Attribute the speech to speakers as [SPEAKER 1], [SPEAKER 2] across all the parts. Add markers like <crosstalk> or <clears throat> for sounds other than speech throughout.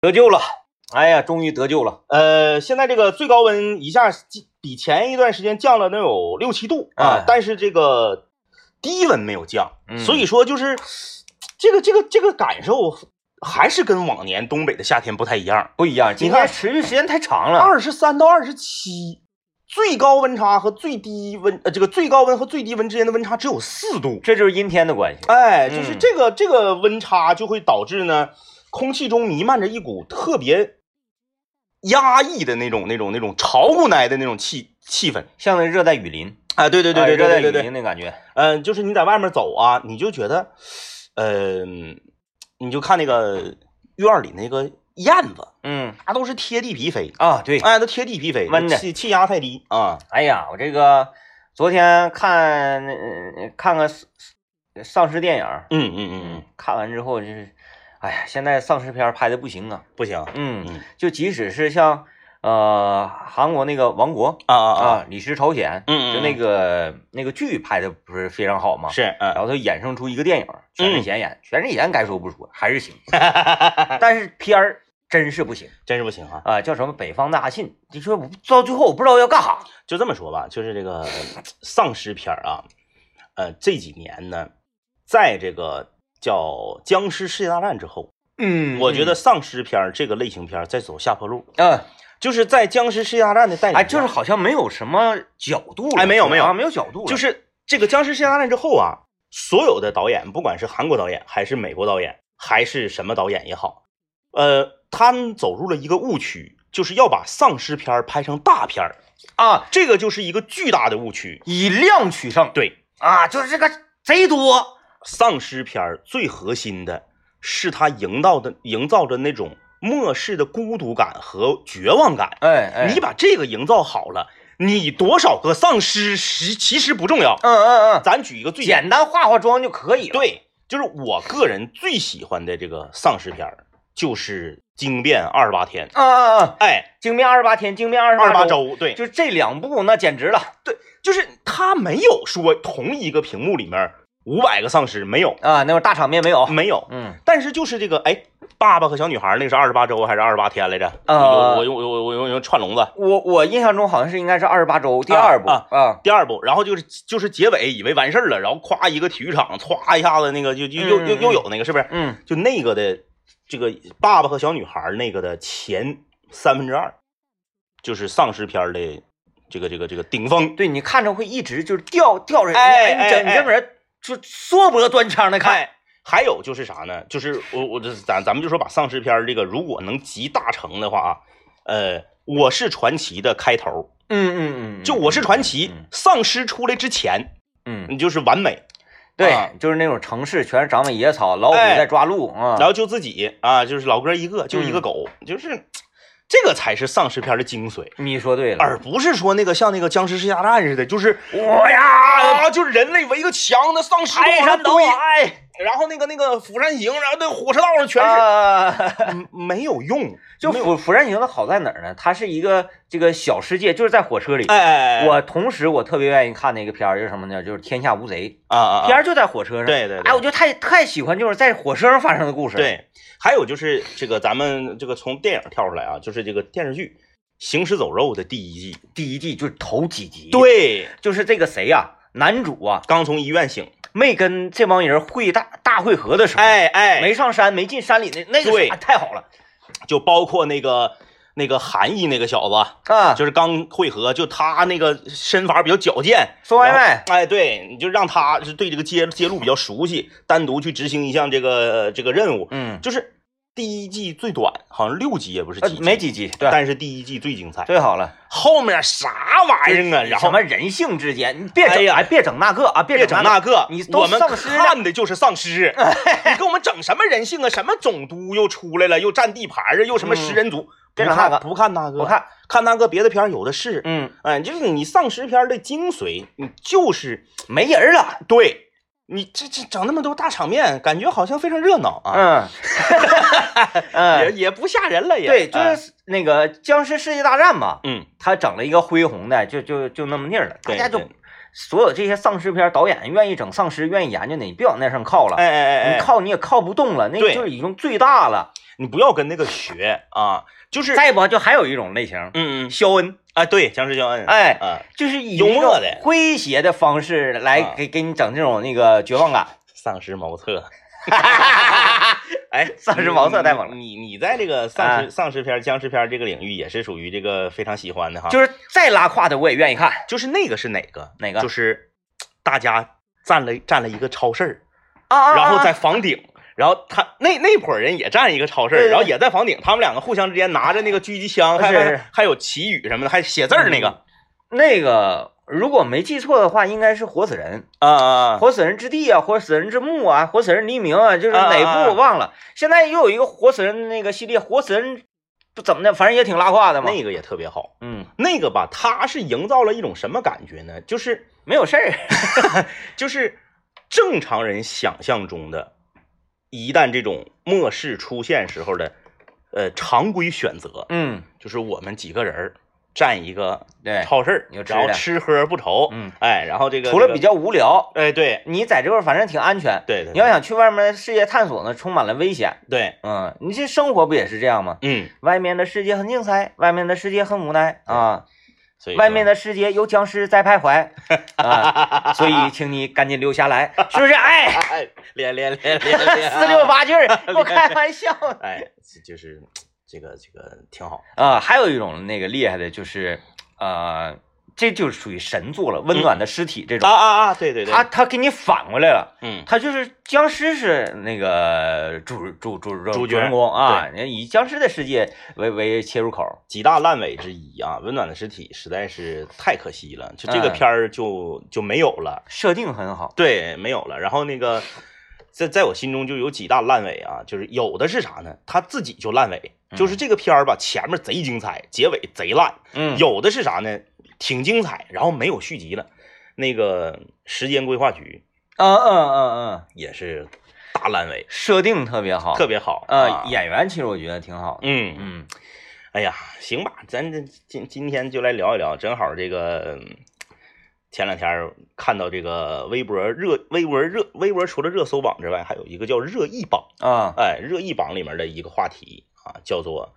[SPEAKER 1] 得救了，哎呀，终于得救了。
[SPEAKER 2] 呃，现在这个最高温一下比前一段时间降了能有六七度啊，
[SPEAKER 1] 哎
[SPEAKER 2] 但是这个低温没有降，
[SPEAKER 1] 嗯
[SPEAKER 2] 所以说就是这个这个这个感受还是跟往年东北的夏天不太一样。
[SPEAKER 1] 不一样，今
[SPEAKER 2] 看
[SPEAKER 1] 天持续时间太长了。
[SPEAKER 2] 二十三到二十七，最高温差和最低温呃这个最高温和最低温之间的温差只有四度，
[SPEAKER 1] 这就是阴天的关系。
[SPEAKER 2] 哎，就是
[SPEAKER 1] 嗯
[SPEAKER 2] 这个、这个温差就会导致呢，空气中弥漫着一股特别压抑的那种、那种、那种潮乎奶的那种气气氛。
[SPEAKER 1] 像那热带雨林，
[SPEAKER 2] 啊，对对对对
[SPEAKER 1] 哎热带
[SPEAKER 2] 对对
[SPEAKER 1] 雨
[SPEAKER 2] 对对
[SPEAKER 1] 林，那感觉，
[SPEAKER 2] 嗯、就是你在外面走啊，你就觉得，嗯、你就看那个院里那个燕子，
[SPEAKER 1] 嗯
[SPEAKER 2] 它都是贴地皮飞，
[SPEAKER 1] 啊，对，
[SPEAKER 2] 哎，都贴地皮飞，
[SPEAKER 1] 闷着
[SPEAKER 2] 气气压太低啊。
[SPEAKER 1] 哎呀，我这个昨天看呃看个丧丧尸电影儿，
[SPEAKER 2] 嗯嗯嗯嗯，，
[SPEAKER 1] 看完之后就是，哎呀，现在丧尸片儿拍的不行啊，
[SPEAKER 2] 不行，
[SPEAKER 1] 嗯
[SPEAKER 2] 嗯，
[SPEAKER 1] 就即使是像呃韩国那个《王国》
[SPEAKER 2] 啊啊啊，
[SPEAKER 1] 啊，《李氏朝鲜》，
[SPEAKER 2] 嗯嗯
[SPEAKER 1] 就那个那个剧拍的不是非常好吗？
[SPEAKER 2] 是，嗯
[SPEAKER 1] 然后他衍生出一个电影，全智贤演，全智贤该说不说还是
[SPEAKER 2] <laughs>
[SPEAKER 1] 行，但是片儿真是不行
[SPEAKER 2] 真是不行啊。
[SPEAKER 1] 啊、叫什么《北方大信》，你说我到最后我不知道要干啥，
[SPEAKER 2] 就这么说吧，就是这个丧尸片儿啊，呃，这几年呢，在这个叫僵尸世界大战之后，
[SPEAKER 1] 嗯
[SPEAKER 2] 我觉得丧尸片儿这个类型片儿在走下坡路，
[SPEAKER 1] 嗯，
[SPEAKER 2] 就是在僵尸世界大战的带领下，
[SPEAKER 1] 哎，就是好像没有什么角度了，
[SPEAKER 2] 哎没有没有
[SPEAKER 1] 啊没有角度了，
[SPEAKER 2] 就是这个僵尸世界大战之后啊，所有的导演，不管是韩国导演还是美国导演，还是什么导演也好，呃，他们走入了一个误区，就是要把丧尸片儿拍成大片儿，
[SPEAKER 1] 啊，
[SPEAKER 2] 这个就是一个巨大的误区。
[SPEAKER 1] 以量取胜，
[SPEAKER 2] 对，
[SPEAKER 1] 啊，就是这个贼多，
[SPEAKER 2] 丧尸片儿最核心的是它营造的营造着那种末世的孤独感和绝望感。
[SPEAKER 1] 哎哎，
[SPEAKER 2] 你把这个营造好了，你多少个丧尸实其实不重要。
[SPEAKER 1] 嗯嗯嗯，
[SPEAKER 2] 咱举一个最
[SPEAKER 1] 简单化化妆就可以了，
[SPEAKER 2] 对，就是我个人最喜欢的这个丧尸片儿就是《惊变二十八天》。
[SPEAKER 1] 嗯嗯嗯，
[SPEAKER 2] 哎，
[SPEAKER 1] 惊变二十八天，惊变二十
[SPEAKER 2] 二十八
[SPEAKER 1] 周，
[SPEAKER 2] 周，对，就
[SPEAKER 1] 就这两部那简直了
[SPEAKER 2] 就是它没有说同一个屏幕里面五百个丧尸，没有，
[SPEAKER 1] 啊，那种大场面没有，
[SPEAKER 2] 没有，
[SPEAKER 1] 嗯。
[SPEAKER 2] 但是就是这个，哎，爸爸和小女孩那个是二十八周还是二十八天来着？
[SPEAKER 1] 呃
[SPEAKER 2] 我用我用我用我用串笼子。
[SPEAKER 1] 我我印象中好像是应该是二十八周第二部
[SPEAKER 2] 啊
[SPEAKER 1] 啊，
[SPEAKER 2] 第二部，然后就是就是结尾，以为完事儿了，然后夸一个体育场，歘一下子那个就就又又
[SPEAKER 1] 嗯嗯
[SPEAKER 2] 又有那个是不是？
[SPEAKER 1] 嗯
[SPEAKER 2] 就那个的这个爸爸和小女孩那个的前三分之二，就是丧尸片的这个这个这个顶峰。
[SPEAKER 1] 对你看着会一直就是吊吊着人，
[SPEAKER 2] 哎
[SPEAKER 1] 你整
[SPEAKER 2] 哎
[SPEAKER 1] 你整个人就缩脖端枪的看，
[SPEAKER 2] 哎，还有就是啥呢？就是我我这咱咱们就说把丧尸片儿这个如果能集大成的话啊，呃，《我是传奇》的开头。
[SPEAKER 1] 嗯嗯嗯，
[SPEAKER 2] 就《我是传奇
[SPEAKER 1] 嗯》
[SPEAKER 2] 丧尸出来之前，
[SPEAKER 1] 嗯，嗯
[SPEAKER 2] 你就是完美，啊
[SPEAKER 1] 对，就是那种城市全是长满野草，老虎
[SPEAKER 2] 哎
[SPEAKER 1] 在抓鹿啊嗯
[SPEAKER 2] 然，后就自己啊，就是老哥一个，就一个狗，就是这个才是丧尸片的精髓，
[SPEAKER 1] 你说对了，
[SPEAKER 2] 而不是说那个像那个僵尸世界大战似的，就是
[SPEAKER 1] 我呀，
[SPEAKER 2] 啊，就是人类围一个墙，那丧尸
[SPEAKER 1] 排
[SPEAKER 2] 往
[SPEAKER 1] 山
[SPEAKER 2] 上
[SPEAKER 1] 倒
[SPEAKER 2] 堆，
[SPEAKER 1] 海，
[SPEAKER 2] 然后那个那个《釜山行》，然后那火车道上全是，
[SPEAKER 1] 啊， <laughs>
[SPEAKER 2] 嗯没有用，
[SPEAKER 1] 就
[SPEAKER 2] 没有，
[SPEAKER 1] 釜釜山行的好在哪儿呢？它是一个这个小世界，就是在火车里。
[SPEAKER 2] 哎哎，哎
[SPEAKER 1] 我同时我特别愿意看那个片儿，就是什么呢？就是《天下无贼》。
[SPEAKER 2] 啊啊
[SPEAKER 1] 片
[SPEAKER 2] 啊，
[SPEAKER 1] 儿就在火车上。
[SPEAKER 2] 对对对
[SPEAKER 1] 哎，我就太太喜欢就是在火车上发生的故事。，
[SPEAKER 2] 对，还有就是这个咱们这个从电影跳出来啊，就是这个电视剧《行尸走肉》的第一季，
[SPEAKER 1] 第一季就是头几集，，
[SPEAKER 2] 对，
[SPEAKER 1] 就是这个谁呀、男主啊，
[SPEAKER 2] 刚从医院醒。
[SPEAKER 1] 没跟这帮人会大大会合的时候，，
[SPEAKER 2] 哎哎，
[SPEAKER 1] 没上山，没进山里那那个
[SPEAKER 2] 对
[SPEAKER 1] 啥太好了
[SPEAKER 2] 就包括那个那个韩毅那个小子，
[SPEAKER 1] 啊！
[SPEAKER 2] 就是刚会合，就他那个身法比较矫健，
[SPEAKER 1] 送外卖，
[SPEAKER 2] 哎，对，你就让他是对这个街街路比较熟悉，单独去执行一项这个这个任务，
[SPEAKER 1] 嗯，
[SPEAKER 2] 就是第一季最短，好像六集也不是
[SPEAKER 1] 呃
[SPEAKER 2] 几集，
[SPEAKER 1] 没几集，对，
[SPEAKER 2] 但是第一季最精彩，
[SPEAKER 1] 最好了。
[SPEAKER 2] 后面啥玩意儿啊？然
[SPEAKER 1] 什
[SPEAKER 2] 后
[SPEAKER 1] 么人性之间，你别
[SPEAKER 2] 哎
[SPEAKER 1] 整
[SPEAKER 2] 呀
[SPEAKER 1] 哎，别整那个啊，别
[SPEAKER 2] 别
[SPEAKER 1] 整
[SPEAKER 2] 整那
[SPEAKER 1] 个。
[SPEAKER 2] 个，
[SPEAKER 1] 你都
[SPEAKER 2] 我们
[SPEAKER 1] 丧尸了
[SPEAKER 2] 看的就是丧尸，你给我们整什么人性啊？什么总督又出来了，又占地盘啊，又什么食人族？
[SPEAKER 1] 别
[SPEAKER 2] 不
[SPEAKER 1] 整那个
[SPEAKER 2] 看不看那个，
[SPEAKER 1] 我看，
[SPEAKER 2] 看那个别的片儿有的是，
[SPEAKER 1] 嗯，
[SPEAKER 2] 哎，就是你丧尸片儿的精髓，你就是
[SPEAKER 1] 没人了，
[SPEAKER 2] 对你这这整那么多大场面，感觉好像非常热闹啊，哎
[SPEAKER 1] 嗯， <laughs>
[SPEAKER 2] 也
[SPEAKER 1] 嗯，
[SPEAKER 2] 也不吓人了也。
[SPEAKER 1] 对，就
[SPEAKER 2] 哎
[SPEAKER 1] 是那个僵尸世界大战嘛，
[SPEAKER 2] 嗯，
[SPEAKER 1] 他整了一个恢宏的，就就就那么地儿了。大
[SPEAKER 2] 对
[SPEAKER 1] 家就
[SPEAKER 2] 对
[SPEAKER 1] 所有这些丧尸片导演愿意整丧尸，愿意研究你，别往那上靠了。
[SPEAKER 2] 哎哎哎
[SPEAKER 1] 你
[SPEAKER 2] 哎，
[SPEAKER 1] 靠你也靠不动了，那个
[SPEAKER 2] 对
[SPEAKER 1] 就是已经最大了。
[SPEAKER 2] 你不要跟那个学啊，就是
[SPEAKER 1] 再不就还有一种类型，
[SPEAKER 2] 嗯嗯
[SPEAKER 1] 肖恩，
[SPEAKER 2] 啊，对，僵尸肖恩，
[SPEAKER 1] 哎，
[SPEAKER 2] 啊，
[SPEAKER 1] 就是以
[SPEAKER 2] 幽
[SPEAKER 1] 那
[SPEAKER 2] 默
[SPEAKER 1] 种
[SPEAKER 2] 的
[SPEAKER 1] 诙谐的方式来
[SPEAKER 2] 啊
[SPEAKER 1] 给给你整这种那个绝望
[SPEAKER 2] <laughs>
[SPEAKER 1] 感。
[SPEAKER 2] 丧尸茅厕，
[SPEAKER 1] 哎，丧尸
[SPEAKER 2] 你
[SPEAKER 1] 茅厕太猛了，
[SPEAKER 2] 你你在这个丧尸
[SPEAKER 1] 啊
[SPEAKER 2] 丧尸片、僵尸片这个领域也是属于这个非常喜欢的哈，
[SPEAKER 1] 就是再拉胯的我也愿意看。
[SPEAKER 2] 就是那个是哪个？
[SPEAKER 1] 哪个
[SPEAKER 2] 就是大家占了占了一个超市儿，
[SPEAKER 1] 啊啊
[SPEAKER 2] 然后在房顶，然后他那那伙人也占一个超市
[SPEAKER 1] 对
[SPEAKER 2] 儿，
[SPEAKER 1] 对
[SPEAKER 2] 然后也在房顶，他们两个互相之间拿着那个狙击枪，还
[SPEAKER 1] 是
[SPEAKER 2] 还
[SPEAKER 1] 是
[SPEAKER 2] 还有旗语什么的，还写字儿那个
[SPEAKER 1] 那个，如果没记错的话，应该是活死人。
[SPEAKER 2] 啊啊
[SPEAKER 1] 活死人之地啊，活死人之墓啊，活死人黎明啊，就是
[SPEAKER 2] 啊啊
[SPEAKER 1] 哪
[SPEAKER 2] 啊
[SPEAKER 1] 部我忘了。现在又有一个活死人的那个系列，活死人不怎么的，反正也挺拉胯的嘛。
[SPEAKER 2] 那个也特别好，
[SPEAKER 1] 嗯，
[SPEAKER 2] 那个吧，它是营造了一种什么感觉呢？就是
[SPEAKER 1] 没有事儿。
[SPEAKER 2] 就是正常人想象中的，一旦这种末世出现时候的，呃，常规选择
[SPEAKER 1] 嗯，
[SPEAKER 2] 就是我们几个人儿占一个
[SPEAKER 1] 对。
[SPEAKER 2] 超市儿，
[SPEAKER 1] 哎有吃
[SPEAKER 2] 然后
[SPEAKER 1] 的
[SPEAKER 2] 吃喝不愁，
[SPEAKER 1] 嗯，
[SPEAKER 2] 哎，然后这个
[SPEAKER 1] 除了比，较无聊，
[SPEAKER 2] 这个哎，对
[SPEAKER 1] 你在这块儿反正挺安全。
[SPEAKER 2] 对对，
[SPEAKER 1] 你要想去外面世界探索呢，充满了危险。
[SPEAKER 2] 对，
[SPEAKER 1] 嗯，你这生活不也是这样吗？
[SPEAKER 2] 嗯，
[SPEAKER 1] 外面的世界很精彩，外面的世界很无奈啊，
[SPEAKER 2] 所以
[SPEAKER 1] 外面
[SPEAKER 2] 的
[SPEAKER 1] 的世界有僵尸在徘
[SPEAKER 2] <laughs>
[SPEAKER 1] 徊啊，所以请你赶紧留下来，是不是？
[SPEAKER 2] <laughs>
[SPEAKER 1] 哎，
[SPEAKER 2] 哎，连
[SPEAKER 1] <laughs>
[SPEAKER 2] 连连连连
[SPEAKER 1] 四六，八句
[SPEAKER 2] <laughs>
[SPEAKER 1] 儿，给我开玩笑呢
[SPEAKER 2] 哎，就是这个这个挺好，
[SPEAKER 1] 啊。还有一种那个厉害的就是，呃，这就是属于神作了，温暖的尸体这
[SPEAKER 2] 啊
[SPEAKER 1] 种，
[SPEAKER 2] 啊啊，对对对，
[SPEAKER 1] 他他给你反过来了。
[SPEAKER 2] 嗯
[SPEAKER 1] 他就是僵尸是那个主主主主
[SPEAKER 2] 主角
[SPEAKER 1] 人公啊，以僵尸的世界为为切入口。
[SPEAKER 2] 几大烂尾之一啊，温暖的尸体实在是太可惜了，就这个
[SPEAKER 1] 嗯
[SPEAKER 2] 片儿就就没有了。
[SPEAKER 1] 设定很好，
[SPEAKER 2] 对，没有了。然后那个，在在我心中就有几大烂尾啊，就是有的是啥呢？他自己就烂尾，就是这个片儿吧，前面贼精彩，结尾贼烂。
[SPEAKER 1] 嗯
[SPEAKER 2] 有的是啥呢？挺精彩，然后没有续集了。那个时间规划局
[SPEAKER 1] 嗯嗯嗯嗯，
[SPEAKER 2] 也是大烂尾，
[SPEAKER 1] 设定特别好，
[SPEAKER 2] 特
[SPEAKER 1] 别
[SPEAKER 2] 别好。
[SPEAKER 1] 呃
[SPEAKER 2] 啊，
[SPEAKER 1] 演员其实我觉得挺好的，
[SPEAKER 2] 嗯嗯，
[SPEAKER 1] 嗯
[SPEAKER 2] 哎呀，行吧，咱这今今天就来聊一聊，正好这个。嗯前两天看到这个微博热，微博热，微博除了热搜榜之外，还有一个叫热议榜，
[SPEAKER 1] 啊
[SPEAKER 2] 哎，热议榜里面的一个话题啊，叫做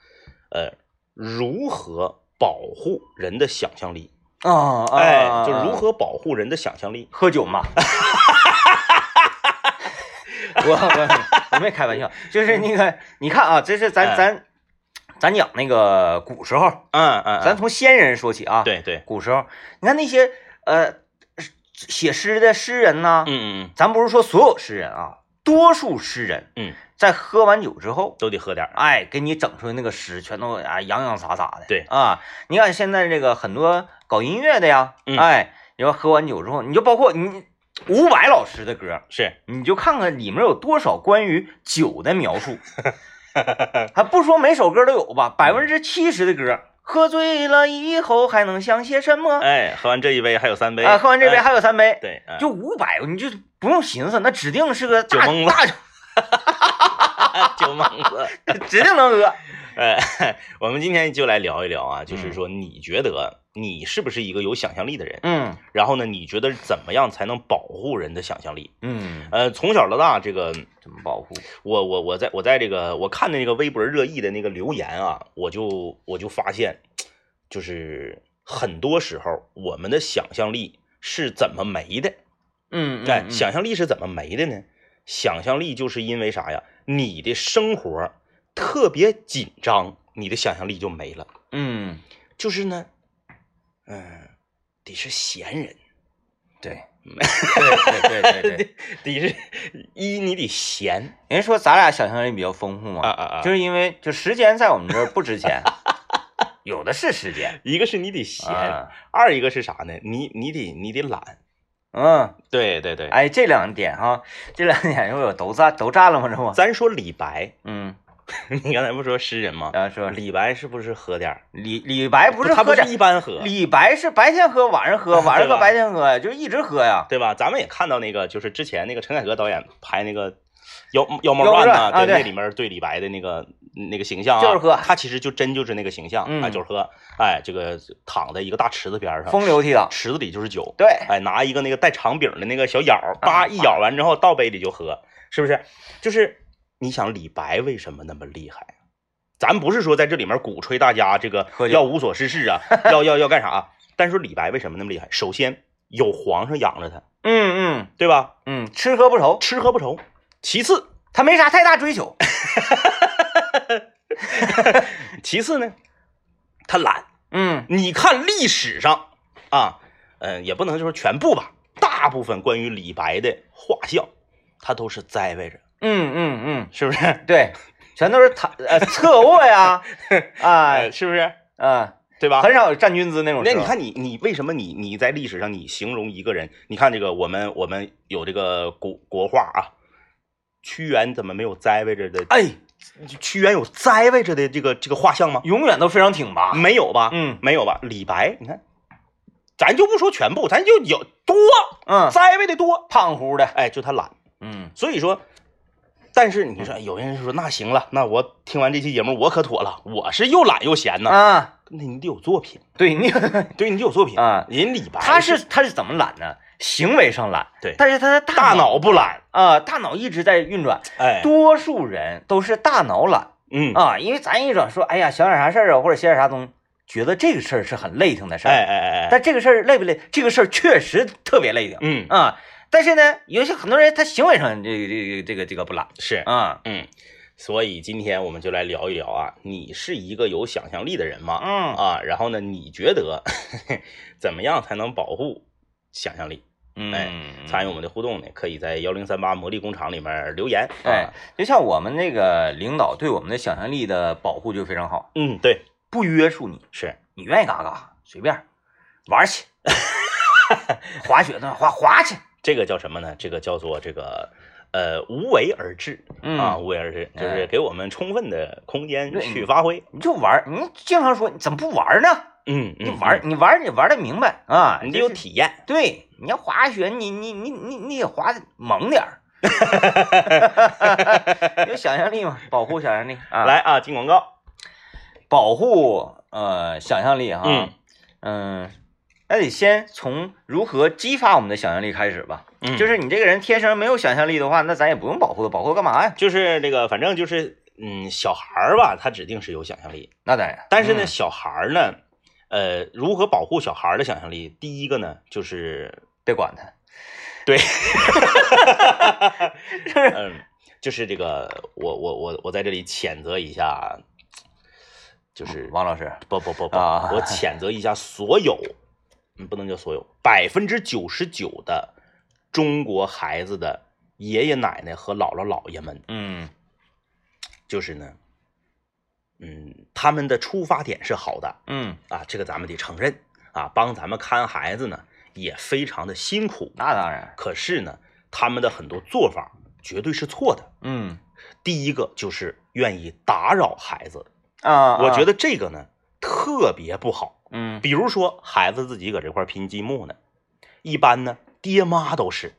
[SPEAKER 2] 呃，如何保护人的想象力？
[SPEAKER 1] 啊，啊
[SPEAKER 2] 哎，就如
[SPEAKER 1] 啊
[SPEAKER 2] 何保护人的想象力？
[SPEAKER 1] 喝酒嘛。 <laughs> 我我我没开玩笑，就是那个你看啊，这是咱
[SPEAKER 2] 哎
[SPEAKER 1] 咱咱讲那个古时候，
[SPEAKER 2] 嗯嗯，
[SPEAKER 1] 咱从先人说起啊，
[SPEAKER 2] 对对，
[SPEAKER 1] 古时候，你看那些呃写诗的诗人呐、
[SPEAKER 2] 嗯嗯，
[SPEAKER 1] 咱不是说所有诗人啊，多数诗人，
[SPEAKER 2] 嗯，
[SPEAKER 1] 在喝完酒之后，
[SPEAKER 2] 都得喝点儿。
[SPEAKER 1] 哎，给你整出来那个诗，全都啊洋洋洒洒的。
[SPEAKER 2] 对
[SPEAKER 1] 啊，你看现在这个很多搞音乐的呀，
[SPEAKER 2] 嗯
[SPEAKER 1] 哎，你说喝完酒之后，你就包括你伍佰老师的歌，
[SPEAKER 2] 是，
[SPEAKER 1] 你就看看里面有多少关于酒的描
[SPEAKER 2] <laughs>
[SPEAKER 1] 述，还不说每首歌都有吧，百分之七十的歌，喝醉了以后还能想些什么？啊
[SPEAKER 2] 哎，喝完这一杯还有三杯
[SPEAKER 1] 啊，喝完这杯
[SPEAKER 2] 哎
[SPEAKER 1] 还有三杯，
[SPEAKER 2] 对，哎
[SPEAKER 1] 就五百，你就不用寻思，那指定是个
[SPEAKER 2] 酒
[SPEAKER 1] 大
[SPEAKER 2] 蒙子
[SPEAKER 1] 大，
[SPEAKER 2] <laughs> 酒蒙子。
[SPEAKER 1] 指定能喝。
[SPEAKER 2] 哎，我们今天就来聊一聊啊，就是说你觉得你是不是一个有想象力的人？
[SPEAKER 1] 嗯
[SPEAKER 2] 然后呢，你觉得怎么样才能保护人的想象力？ <laughs>
[SPEAKER 1] 嗯，
[SPEAKER 2] 呃，从小到大，这个
[SPEAKER 1] 怎么保护？
[SPEAKER 2] 我我我在我在这个我看的那个微博热议的那个留言啊，我就我就发现，就是很多时候我们的想象力是怎么没的？
[SPEAKER 1] 嗯，
[SPEAKER 2] 哎，
[SPEAKER 1] 嗯，
[SPEAKER 2] 想象力是怎么没的呢？想象力就是因为啥呀？你的生活特别紧张，你的想象力就没了。
[SPEAKER 1] 嗯，
[SPEAKER 2] 就是呢，嗯，得是闲人， <laughs>
[SPEAKER 1] 对，对对对对 <laughs> 对，
[SPEAKER 2] 得得是一你得闲
[SPEAKER 1] 人家说咱俩想象力比较丰富
[SPEAKER 2] 啊
[SPEAKER 1] 嘛，
[SPEAKER 2] 啊啊，
[SPEAKER 1] 就是因为就时间在我们这儿不值
[SPEAKER 2] <laughs>
[SPEAKER 1] 钱，有的是时间。
[SPEAKER 2] 一个是你得闲，
[SPEAKER 1] 啊
[SPEAKER 2] 二一个是啥呢？你你得你得懒。
[SPEAKER 1] 嗯，
[SPEAKER 2] 对对对，
[SPEAKER 1] 哎，这两点哈，这两点我有都占都占了吗？这不，
[SPEAKER 2] 咱说李白， <laughs>
[SPEAKER 1] 嗯，
[SPEAKER 2] 你刚才不说诗人吗？
[SPEAKER 1] 然后说李
[SPEAKER 2] 李白是不是喝点儿？
[SPEAKER 1] 李李白不是
[SPEAKER 2] 他
[SPEAKER 1] 喝
[SPEAKER 2] 不
[SPEAKER 1] 点
[SPEAKER 2] 是，一般喝，
[SPEAKER 1] 李白是白天喝，晚上喝，晚上
[SPEAKER 2] <laughs> 对
[SPEAKER 1] 喝
[SPEAKER 2] 吧
[SPEAKER 1] 白天喝，就一直喝呀。
[SPEAKER 2] 对吧？咱们也看到那个，就是之前那个陈凯歌导演拍那个《妖妖猫
[SPEAKER 1] 妖猫
[SPEAKER 2] 传》
[SPEAKER 1] 传
[SPEAKER 2] 呐，
[SPEAKER 1] 啊对
[SPEAKER 2] 那里面对李白的那个那个形象啊，
[SPEAKER 1] 就是喝
[SPEAKER 2] 他其实就真就是那个形象，
[SPEAKER 1] 嗯
[SPEAKER 2] 啊，就是喝，哎，这个躺在一个大池子边儿上，
[SPEAKER 1] 风流倜傥，
[SPEAKER 2] 池子里就是酒，
[SPEAKER 1] 对，
[SPEAKER 2] 哎，拿一个那个带长柄的那个小舀儿，
[SPEAKER 1] 啊
[SPEAKER 2] 叭一舀完之后倒杯里就喝，是不是？就是你想李白为什么那么厉害？咱不是说在这里面鼓吹大家这个
[SPEAKER 1] 喝酒
[SPEAKER 2] 要无所事
[SPEAKER 1] <laughs>
[SPEAKER 2] 事啊，要要要干啥、啊但是说李白为什么那么厉害？首先有皇上养着他，
[SPEAKER 1] 嗯嗯
[SPEAKER 2] 对吧？
[SPEAKER 1] 嗯，吃喝不愁，
[SPEAKER 2] 吃喝不愁。其次， <laughs>
[SPEAKER 1] 他没啥太大追求。
[SPEAKER 2] 其次呢，他懒。
[SPEAKER 1] 嗯
[SPEAKER 2] 你看历史上啊，嗯，也不能说全部吧，大部分关于李白的画像，他都是栽位着，
[SPEAKER 1] 嗯嗯嗯，
[SPEAKER 2] 是不是？
[SPEAKER 1] 对，全都是 <laughs> 躺呃侧卧 <laughs> 呀，啊
[SPEAKER 2] 哎，是不是？
[SPEAKER 1] 啊，
[SPEAKER 2] 对吧？
[SPEAKER 1] 很少有站军姿那种。
[SPEAKER 2] 那你，看你你为什么你你在历史上你形容一个人？你看这个我们我们有这个国国画啊，屈原怎么没有栽位着的？
[SPEAKER 1] 哎，
[SPEAKER 2] 屈原有栽位着的这个这个画像吗？
[SPEAKER 1] 永远都非常挺拔。
[SPEAKER 2] 没有吧？
[SPEAKER 1] 嗯
[SPEAKER 2] 没有吧？李白，你看，咱就不说全部，咱就有多
[SPEAKER 1] 嗯，
[SPEAKER 2] 栽位的多。
[SPEAKER 1] 胖乎的。
[SPEAKER 2] 哎，就他懒，
[SPEAKER 1] 嗯
[SPEAKER 2] 所以说。但是你说，哎有人说那行了，那我听完这期节目我可妥了，我是又懒又闲呢。
[SPEAKER 1] 啊，
[SPEAKER 2] 那你得有作品，
[SPEAKER 1] 对 <laughs> 你，
[SPEAKER 2] 对你得有作品
[SPEAKER 1] 啊
[SPEAKER 2] 人李白
[SPEAKER 1] 他是他是怎么懒呢？行为上懒，
[SPEAKER 2] 对
[SPEAKER 1] 但是他的大
[SPEAKER 2] 大脑不懒，
[SPEAKER 1] 啊，大脑一直在运转。
[SPEAKER 2] 哎，
[SPEAKER 1] 多数人都是大脑懒
[SPEAKER 2] 嗯，
[SPEAKER 1] 啊，因为咱一整说，哎呀，想点啥事儿啊，或者写点啥东西，觉得这个事儿是很累挺的事
[SPEAKER 2] 哎
[SPEAKER 1] 儿。
[SPEAKER 2] 哎哎哎，
[SPEAKER 1] 但这个事儿累不累？这个事儿确实特别累挺
[SPEAKER 2] 嗯，
[SPEAKER 1] 啊。但是呢，有些很多人他行为上这个这个这个这个不懒
[SPEAKER 2] 是，
[SPEAKER 1] 啊，
[SPEAKER 2] 嗯，所以今天我们就来聊一聊啊，你是一个有想象力的人吗？
[SPEAKER 1] 嗯
[SPEAKER 2] 啊，然后呢，你觉得 <laughs> 怎么样才能保护想象力？哎
[SPEAKER 1] 嗯，
[SPEAKER 2] 参与我们的互动呢，可以在幺零三八魔力工厂里面留言。啊
[SPEAKER 1] 哎，，就像我们那个领导对我们的想象力的保护就非常好，
[SPEAKER 2] 嗯，对，
[SPEAKER 1] 不约束你，
[SPEAKER 2] 是，
[SPEAKER 1] 你愿意干啥干啥，随便儿玩儿去， <laughs> 滑雪呢滑滑去，
[SPEAKER 2] 这个叫什么呢？这个叫做这个。呃，无为而治
[SPEAKER 1] 嗯
[SPEAKER 2] 啊，无为而治就是
[SPEAKER 1] 哎
[SPEAKER 2] 给我们充分的空间
[SPEAKER 1] 对嗯
[SPEAKER 2] 去
[SPEAKER 1] 你
[SPEAKER 2] 发挥。
[SPEAKER 1] 你就玩儿，你经常说你怎么不玩儿呢？
[SPEAKER 2] 嗯，
[SPEAKER 1] 你
[SPEAKER 2] 嗯
[SPEAKER 1] 玩儿，，你玩儿，你玩的明白啊，
[SPEAKER 2] 嗯你得
[SPEAKER 1] 就
[SPEAKER 2] 有
[SPEAKER 1] 是
[SPEAKER 2] 体验。
[SPEAKER 1] 对，你要滑雪，你你你你你得滑的猛点
[SPEAKER 2] <laughs>
[SPEAKER 1] 儿， <laughs> 有想象力嘛，保护想象力
[SPEAKER 2] <laughs>
[SPEAKER 1] 啊，
[SPEAKER 2] 来啊，进广告。
[SPEAKER 1] 保护呃想象力哈，
[SPEAKER 2] 嗯
[SPEAKER 1] 嗯，那得先从如何激发我们的想象力开始吧。
[SPEAKER 2] 嗯，
[SPEAKER 1] 就是你这个人天生没有想象力的话，那咱也不用保护他，保护他干嘛呀？
[SPEAKER 2] 就是这个，反正就是，嗯，小孩儿吧，他指定是有想象力，
[SPEAKER 1] 那嗯当然，
[SPEAKER 2] 但是呢，小孩儿呢，呃，如何保护小孩儿的想象力？第一个呢，就是，
[SPEAKER 1] 别管他。
[SPEAKER 2] 嗯，就是这个，我我我我在这里谴责一下，就是
[SPEAKER 1] 啊王老师，
[SPEAKER 2] 不不不不，
[SPEAKER 1] 啊
[SPEAKER 2] 我谴责一下所有，嗯，不能叫所有，百分之九十九的中国孩子的爷爷奶奶和姥姥姥爷们，
[SPEAKER 1] 嗯
[SPEAKER 2] 就是呢，嗯，他们的出发点是好的。
[SPEAKER 1] 嗯，
[SPEAKER 2] 啊，这个咱们得承认啊，帮咱们看孩子呢也非常的辛苦。
[SPEAKER 1] 那当然，
[SPEAKER 2] 可是呢，他们的很多做法绝对是错的。
[SPEAKER 1] 嗯
[SPEAKER 2] 第一个就是愿意打扰孩子，
[SPEAKER 1] 啊，
[SPEAKER 2] 我觉
[SPEAKER 1] 得，
[SPEAKER 2] 得这个呢特别不好。
[SPEAKER 1] 嗯
[SPEAKER 2] 比如说孩子自己搁这块拼积木呢，一般呢爹妈都是，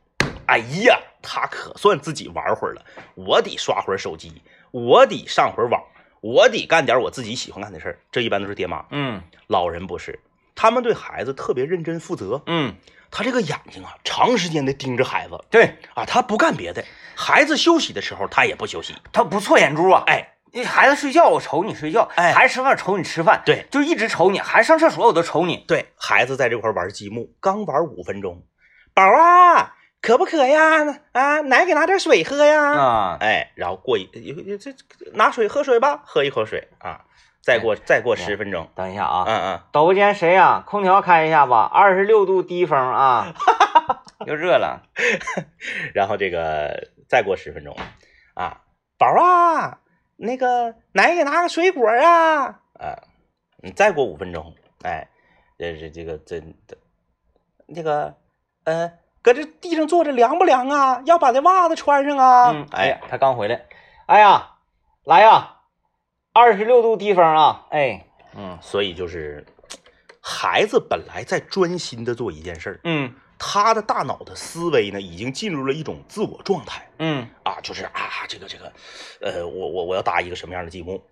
[SPEAKER 2] 哎呀，他可算自己玩会儿了，我得刷会儿手机，我得上会儿网，我得干点我自己喜欢干的事儿。这一般都是爹妈。
[SPEAKER 1] 嗯
[SPEAKER 2] 老人不是，他们对孩子特别认真负责，
[SPEAKER 1] 嗯，
[SPEAKER 2] 他这个眼睛啊，长时间的盯着孩子
[SPEAKER 1] 对
[SPEAKER 2] 啊，他不干别的，孩子休息的时候他也不休息，
[SPEAKER 1] 他不错眼珠啊，
[SPEAKER 2] 哎，
[SPEAKER 1] 你孩子睡觉我瞅你睡觉，
[SPEAKER 2] 哎
[SPEAKER 1] 孩子吃饭瞅你吃饭，
[SPEAKER 2] 对
[SPEAKER 1] 就一直瞅你，孩子上厕所我都瞅你，
[SPEAKER 2] 对，孩子在这块玩积木，刚玩五分钟，宝啊，渴不渴呀？啊，奶给拿点水喝呀。
[SPEAKER 1] 啊，
[SPEAKER 2] 哎，然后过一这这拿水喝水吧，喝一口水啊，再过再过十分钟，
[SPEAKER 1] 等一下哎啊，
[SPEAKER 2] 嗯嗯，
[SPEAKER 1] 导播间谁呀、啊空调开一下吧，二十六度低风啊， <laughs> 又热了。
[SPEAKER 2] 然后这个再过十分钟，啊，宝儿啊，那个奶给拿个水果啊，啊，你再过五分钟，哎，这这这个这这，那个，呃，搁这地上坐着凉不凉啊？要把那袜子穿上啊！
[SPEAKER 1] 嗯，哎呀
[SPEAKER 2] 哎，，
[SPEAKER 1] 他刚回来。哎呀，来呀，二十六度低风啊！哎，嗯
[SPEAKER 2] 所以就是，孩子本来在专心的做一件事儿，
[SPEAKER 1] 嗯
[SPEAKER 2] 他的大脑的思维呢，已经进入了一种自我状态。
[SPEAKER 1] 嗯
[SPEAKER 2] 啊，就是啊，这个这个，呃，我我我要搭一个什么样的积木？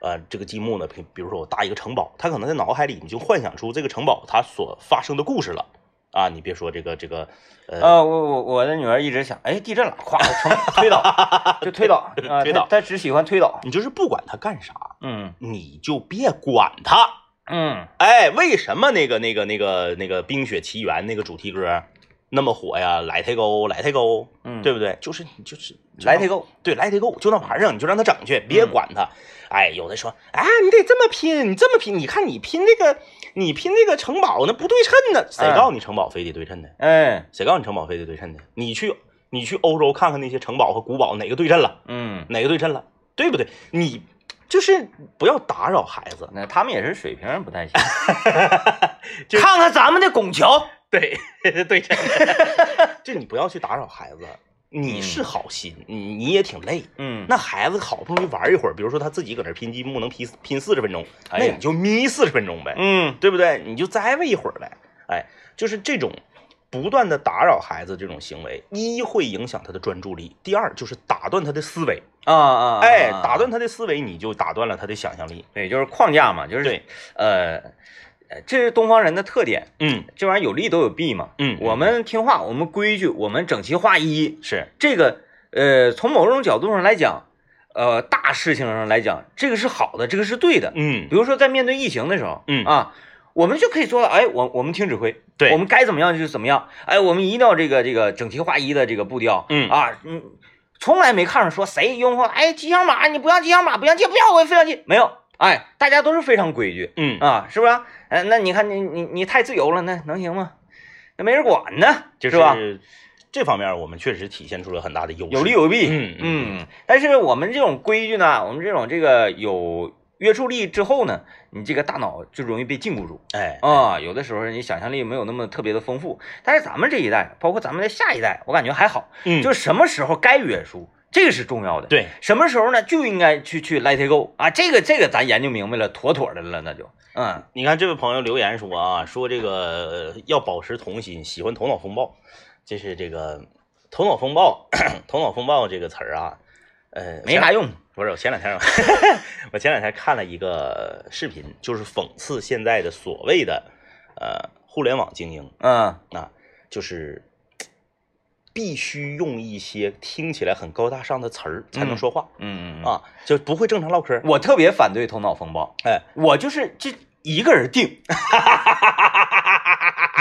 [SPEAKER 2] 呃，这个积木呢，比比如说我搭一个城堡，他可能在脑海里已经幻想出这个城堡它所发生的故事了啊，你别说这个这个，呃，
[SPEAKER 1] 呃，我我我的女儿一直想，哎，地震了，咵，我成推 <laughs> 倒，就推倒，啊、
[SPEAKER 2] 推倒
[SPEAKER 1] 她，她只喜欢推倒，
[SPEAKER 2] 你就是不管他干啥，
[SPEAKER 1] 嗯
[SPEAKER 2] 你就别管他。
[SPEAKER 1] 嗯，
[SPEAKER 2] 哎，为什么那个那个那个那个《冰雪奇缘》那个主题歌那么火呀？来太高，来太高，
[SPEAKER 1] 嗯
[SPEAKER 2] 对不对？就是你就是
[SPEAKER 1] 来
[SPEAKER 2] 太
[SPEAKER 1] 得
[SPEAKER 2] 高，
[SPEAKER 1] 够，
[SPEAKER 2] 对，来太高，就那玩意儿，你就让他整去，别管他。哎，有的说啊，你得这么拼，你这么拼，你看你拼这个，你拼这个城堡那不对称呢，谁告诉你城堡非得对称的？
[SPEAKER 1] 哎，
[SPEAKER 2] 谁告诉你城堡非得对称的？你去你去欧洲看看那些城堡和古堡哪个对称了，
[SPEAKER 1] 嗯，
[SPEAKER 2] 哪个对称了，对不对？你就是不要打扰孩子，
[SPEAKER 1] 那他们也是水平不太 <laughs> 行，
[SPEAKER 2] 就
[SPEAKER 1] 看看咱们的拱桥， <laughs>
[SPEAKER 2] 对对，真 <laughs> 的就你不要去打扰孩子，你是好心，你你也挺累。
[SPEAKER 1] 嗯，
[SPEAKER 2] 那孩子好不容易玩一会儿，比如说他自己搁那拼积木能拼拼四十分钟，
[SPEAKER 1] 哎
[SPEAKER 2] 那
[SPEAKER 1] 呀
[SPEAKER 2] 你就眯四十分钟呗，
[SPEAKER 1] 嗯
[SPEAKER 2] 对不对？你就栽吧一会儿呗。哎，就是这种不断的打扰孩子这种行为，一会影响他的专注力，第二就是打断他的思维。
[SPEAKER 1] 啊啊，
[SPEAKER 2] 哎，
[SPEAKER 1] 啊
[SPEAKER 2] 打断，他的思维，你就打断了他的想象力。
[SPEAKER 1] 对，就是框架嘛，就是
[SPEAKER 2] 对，
[SPEAKER 1] 呃，呃这是东方人的特点，
[SPEAKER 2] 嗯
[SPEAKER 1] 这玩意儿有利都有弊嘛，
[SPEAKER 2] 嗯，
[SPEAKER 1] 我们听话，我们规矩，我们整齐划一，
[SPEAKER 2] 是
[SPEAKER 1] 这个呃，从某种角度上来讲，呃，大事情上来讲，这个是好的，这个是对的。
[SPEAKER 2] 嗯
[SPEAKER 1] 比如说在面对疫情的时候，
[SPEAKER 2] 嗯
[SPEAKER 1] 啊，我们就可以做到，哎，我我们听指挥，
[SPEAKER 2] 对
[SPEAKER 1] 我们该怎么样就怎么样，哎，我们一定要这个这个整齐划一的这个步调，
[SPEAKER 2] 嗯
[SPEAKER 1] 啊，嗯，从来没看上说谁拥护，哎，吉祥马你不让吉祥马，不让这不要我非要这，没有，哎，大家都是非常规矩
[SPEAKER 2] 嗯
[SPEAKER 1] 啊，是不是、啊？哎，那你看你你你太自由了，那能行吗？那没人管呢，
[SPEAKER 2] 就是
[SPEAKER 1] 吧？
[SPEAKER 2] 这方面我们确实体现出了很大的优势。
[SPEAKER 1] 有利有弊。
[SPEAKER 2] 嗯嗯
[SPEAKER 1] 嗯，但是我们这种规矩呢，我们这种这个有约束力之后呢，你这个大脑就容易被禁锢住
[SPEAKER 2] 哎，
[SPEAKER 1] 啊。有的时候你想象力没有那么特别的丰富，但是咱们这一代，包括咱们的下一代，我感觉还好，
[SPEAKER 2] 嗯
[SPEAKER 1] 就是什么时候该约束，这个是重要的。，
[SPEAKER 2] 对，
[SPEAKER 1] 什么时候呢就应该去去 let it go 啊，这个这个咱研究明白了，妥妥的了，那就嗯
[SPEAKER 2] 你看这位朋友留言说啊，说这个呃要保持童心，喜欢头脑风暴，这是这个头脑风暴， <clears throat> 头脑风暴这个词儿啊，呃，
[SPEAKER 1] 没啥用。
[SPEAKER 2] 不是，我前两天 <laughs> 我前两天看了一个视频，就是讽刺现在的所谓的呃互联网精英
[SPEAKER 1] 嗯
[SPEAKER 2] 啊，就是必须用一些听起来很高大上的词儿才能
[SPEAKER 1] 嗯
[SPEAKER 2] 说话、
[SPEAKER 1] 嗯嗯，
[SPEAKER 2] 啊，就不会正常唠嗑。
[SPEAKER 1] 我特别反对头脑风暴。
[SPEAKER 2] 哎，
[SPEAKER 1] 我就是这一个人定，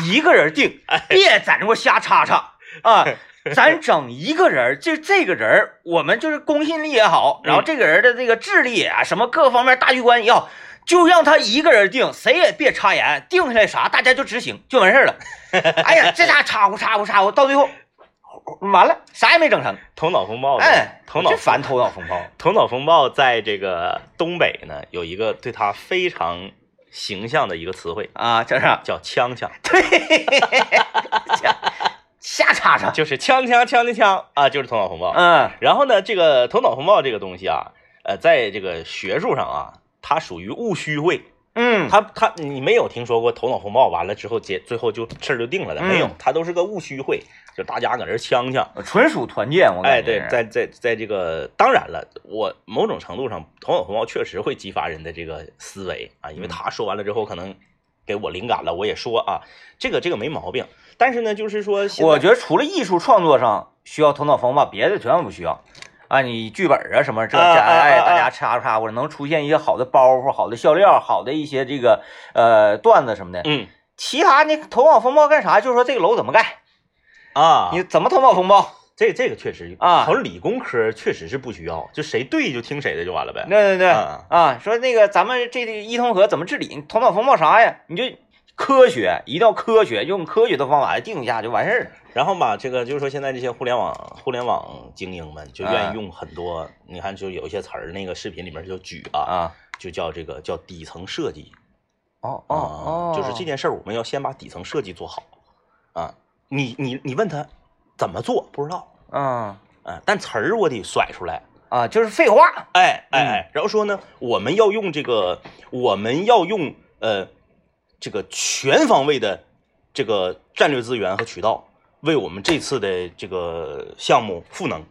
[SPEAKER 1] 一个人定，
[SPEAKER 2] 哎
[SPEAKER 1] 别在那块瞎叉
[SPEAKER 2] <laughs>
[SPEAKER 1] 叉啊！咱整一个人，就这个人儿，我们就是公信力也好，然后
[SPEAKER 2] 嗯
[SPEAKER 1] 这个人的这个智力啊，什么各方面大局观也好，就让他一个人定，谁也别插言，定下来啥大家就执行就完事儿
[SPEAKER 2] <laughs>
[SPEAKER 1] 了。哎呀，这家插呼插呼插呼，到最后完了啥也没整成，
[SPEAKER 2] 头脑风暴的，
[SPEAKER 1] 哎，
[SPEAKER 2] 哦头脑啊
[SPEAKER 1] 真烦头脑风暴，
[SPEAKER 2] 头脑风暴在这个东北呢，有一个对他非常形象的一个词汇，
[SPEAKER 1] 啊，这是
[SPEAKER 2] 叫“锵锵
[SPEAKER 1] 瞎叉叉”，，
[SPEAKER 2] 就是“锵锵锵锵锵”啊，就是头脑风暴。
[SPEAKER 1] 嗯
[SPEAKER 2] 然后呢，这个头脑风暴这个东西啊，呃，在这个学术上啊，它属于务虚会。
[SPEAKER 1] 嗯，
[SPEAKER 2] 它它你没有听说过头脑风暴完了之后结最后就事儿就定了的，没有
[SPEAKER 1] 嗯，
[SPEAKER 2] 它都是个务虚会，就大家搁这儿锵锵。
[SPEAKER 1] 呃纯属团建，我
[SPEAKER 2] 哎，
[SPEAKER 1] 感觉
[SPEAKER 2] 对
[SPEAKER 1] 是。，
[SPEAKER 2] 在在在这个，当然了，我某种程度上，头脑风暴确实会激发人的这个思维啊，因为
[SPEAKER 1] 嗯
[SPEAKER 2] 他说完了之后，可能给我灵感了，我也说啊，这个这个没毛病。但是呢，就是说现在，
[SPEAKER 1] 我觉得除了艺术创作上需要头脑风暴，别的全部不需要。啊，你剧本啊什么这这，
[SPEAKER 2] 啊啊啊
[SPEAKER 1] 哎，
[SPEAKER 2] 啊
[SPEAKER 1] 大家插不插或者能出现一些好的包袱、好的笑料、好的一些这个呃段子什么的。
[SPEAKER 2] 嗯
[SPEAKER 1] 其他你头脑风暴干啥？就是说这个楼怎么盖，
[SPEAKER 2] 啊，
[SPEAKER 1] 你怎么头脑风暴？
[SPEAKER 2] 这这个确实
[SPEAKER 1] 啊
[SPEAKER 2] 好像理工科确实是不需要，就谁对就听谁的就完了呗。
[SPEAKER 1] 对对对，
[SPEAKER 2] 啊
[SPEAKER 1] 啊，说那个咱们这个一通河怎么治理？你头脑风暴啥呀？你就科学，一定要科学，用科学的方法来定一下就完事儿了。
[SPEAKER 2] 然后吧，这个就是说现在这些互联网互联网精英们就愿
[SPEAKER 1] 啊
[SPEAKER 2] 意用很多，你看就有一些词儿，那个视频里面就举啊，
[SPEAKER 1] 啊，
[SPEAKER 2] 就叫这个叫底层设计。
[SPEAKER 1] 哦哦
[SPEAKER 2] 啊
[SPEAKER 1] 哦，
[SPEAKER 2] 就是这件事儿，我们要先把底层设计做好啊。你你你问他怎么做不知道
[SPEAKER 1] 嗯
[SPEAKER 2] 啊，但词儿我得甩出来，
[SPEAKER 1] 啊，就是废话。
[SPEAKER 2] 哎哎
[SPEAKER 1] 嗯
[SPEAKER 2] 哎，然后说呢，我们要用这个，我们要用呃这个全方位的这个战略资源和渠道，为我们这次的这个项目赋能。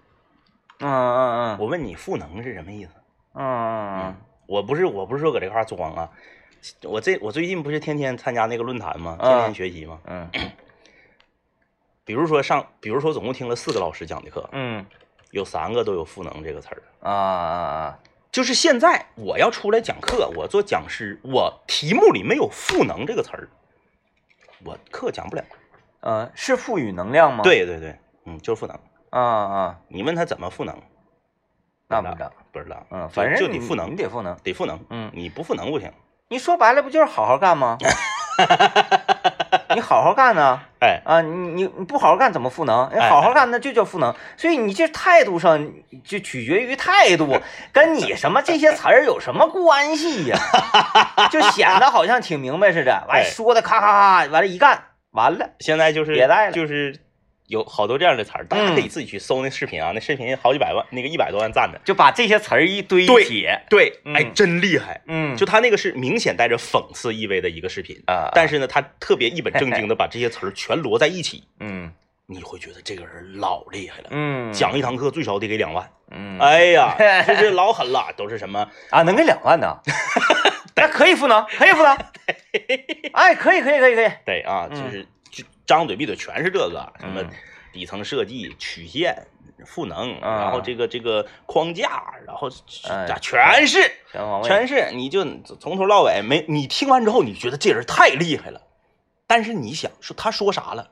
[SPEAKER 1] 嗯嗯嗯。
[SPEAKER 2] 我问你赋能是什么意思？
[SPEAKER 1] 嗯
[SPEAKER 2] 我不是我不是说搁这块儿装啊，我这我最近不是天天参加那个论坛吗？天天
[SPEAKER 1] 嗯
[SPEAKER 2] 学习吗？
[SPEAKER 1] 嗯
[SPEAKER 2] 比如说上，比如说总共听了四个老师讲的课，
[SPEAKER 1] 嗯
[SPEAKER 2] 有三个都有赋能这个词儿。
[SPEAKER 1] 啊啊啊，
[SPEAKER 2] 就是现在我要出来讲课，我做讲师，我题目里没有赋能这个词儿，我课讲不了。
[SPEAKER 1] 呃，是赋予能量吗？，
[SPEAKER 2] 对对对，嗯，就是赋能。
[SPEAKER 1] 啊啊，
[SPEAKER 2] 你问他怎么赋能，
[SPEAKER 1] 那不知道，
[SPEAKER 2] 不知道，
[SPEAKER 1] 嗯，
[SPEAKER 2] 就
[SPEAKER 1] 反正
[SPEAKER 2] 就得
[SPEAKER 1] 你
[SPEAKER 2] 赋能
[SPEAKER 1] 你，得赋能，
[SPEAKER 2] 得赋能，
[SPEAKER 1] 嗯，
[SPEAKER 2] 你不赋能不行。
[SPEAKER 1] 你说白了不就是好好干 <laughs> 吗？你好好干呢，
[SPEAKER 2] 哎，
[SPEAKER 1] 啊，你你你不好好干怎么赋能？你
[SPEAKER 2] 哎
[SPEAKER 1] 好好干那就叫赋能，所以你这态度上就取决于态度，跟你什么这些词儿有什么关系呀、就显得好像挺明白似的，完
[SPEAKER 2] 哎
[SPEAKER 1] 说的咔咔咔，完了一干完了，
[SPEAKER 2] 现在就是
[SPEAKER 1] 迭代了
[SPEAKER 2] 就是有好多这样的词儿，大家
[SPEAKER 1] 嗯
[SPEAKER 2] 可以自己去搜那视频啊，那视频好几百万，那个一百多万赞的。
[SPEAKER 1] 就把这些词儿一堆
[SPEAKER 2] 对
[SPEAKER 1] 铁，
[SPEAKER 2] 对，哎，
[SPEAKER 1] 嗯
[SPEAKER 2] 真厉害。
[SPEAKER 1] 嗯，
[SPEAKER 2] 就他那个是明显带着讽刺意味的一个视频，
[SPEAKER 1] 啊，
[SPEAKER 2] 但是呢，他特别一本正经的把这些词儿全摞在一起，
[SPEAKER 1] 嗯
[SPEAKER 2] 你会觉得这个人老厉害了。
[SPEAKER 1] 嗯，
[SPEAKER 2] 讲一堂课最少得给两万，
[SPEAKER 1] 嗯
[SPEAKER 2] 哎
[SPEAKER 1] <laughs>
[SPEAKER 2] 呀，就是老狠了，都是什么？
[SPEAKER 1] 啊，能给两万
[SPEAKER 2] <laughs>
[SPEAKER 1] 呢？那可以赋能，可以赋能，哎，可以可以可以可以，
[SPEAKER 2] 对啊，
[SPEAKER 1] 嗯
[SPEAKER 2] 就是就张嘴闭嘴全是这个，什么
[SPEAKER 1] 嗯
[SPEAKER 2] 底层设计、曲线、赋能，
[SPEAKER 1] 啊
[SPEAKER 2] 然后这个这个框架，然后
[SPEAKER 1] 哎
[SPEAKER 2] 这全是
[SPEAKER 1] 全方位，
[SPEAKER 2] 全是，你就从头到尾没你听完之后，你觉得这人太厉害了，但是你想说他说啥了，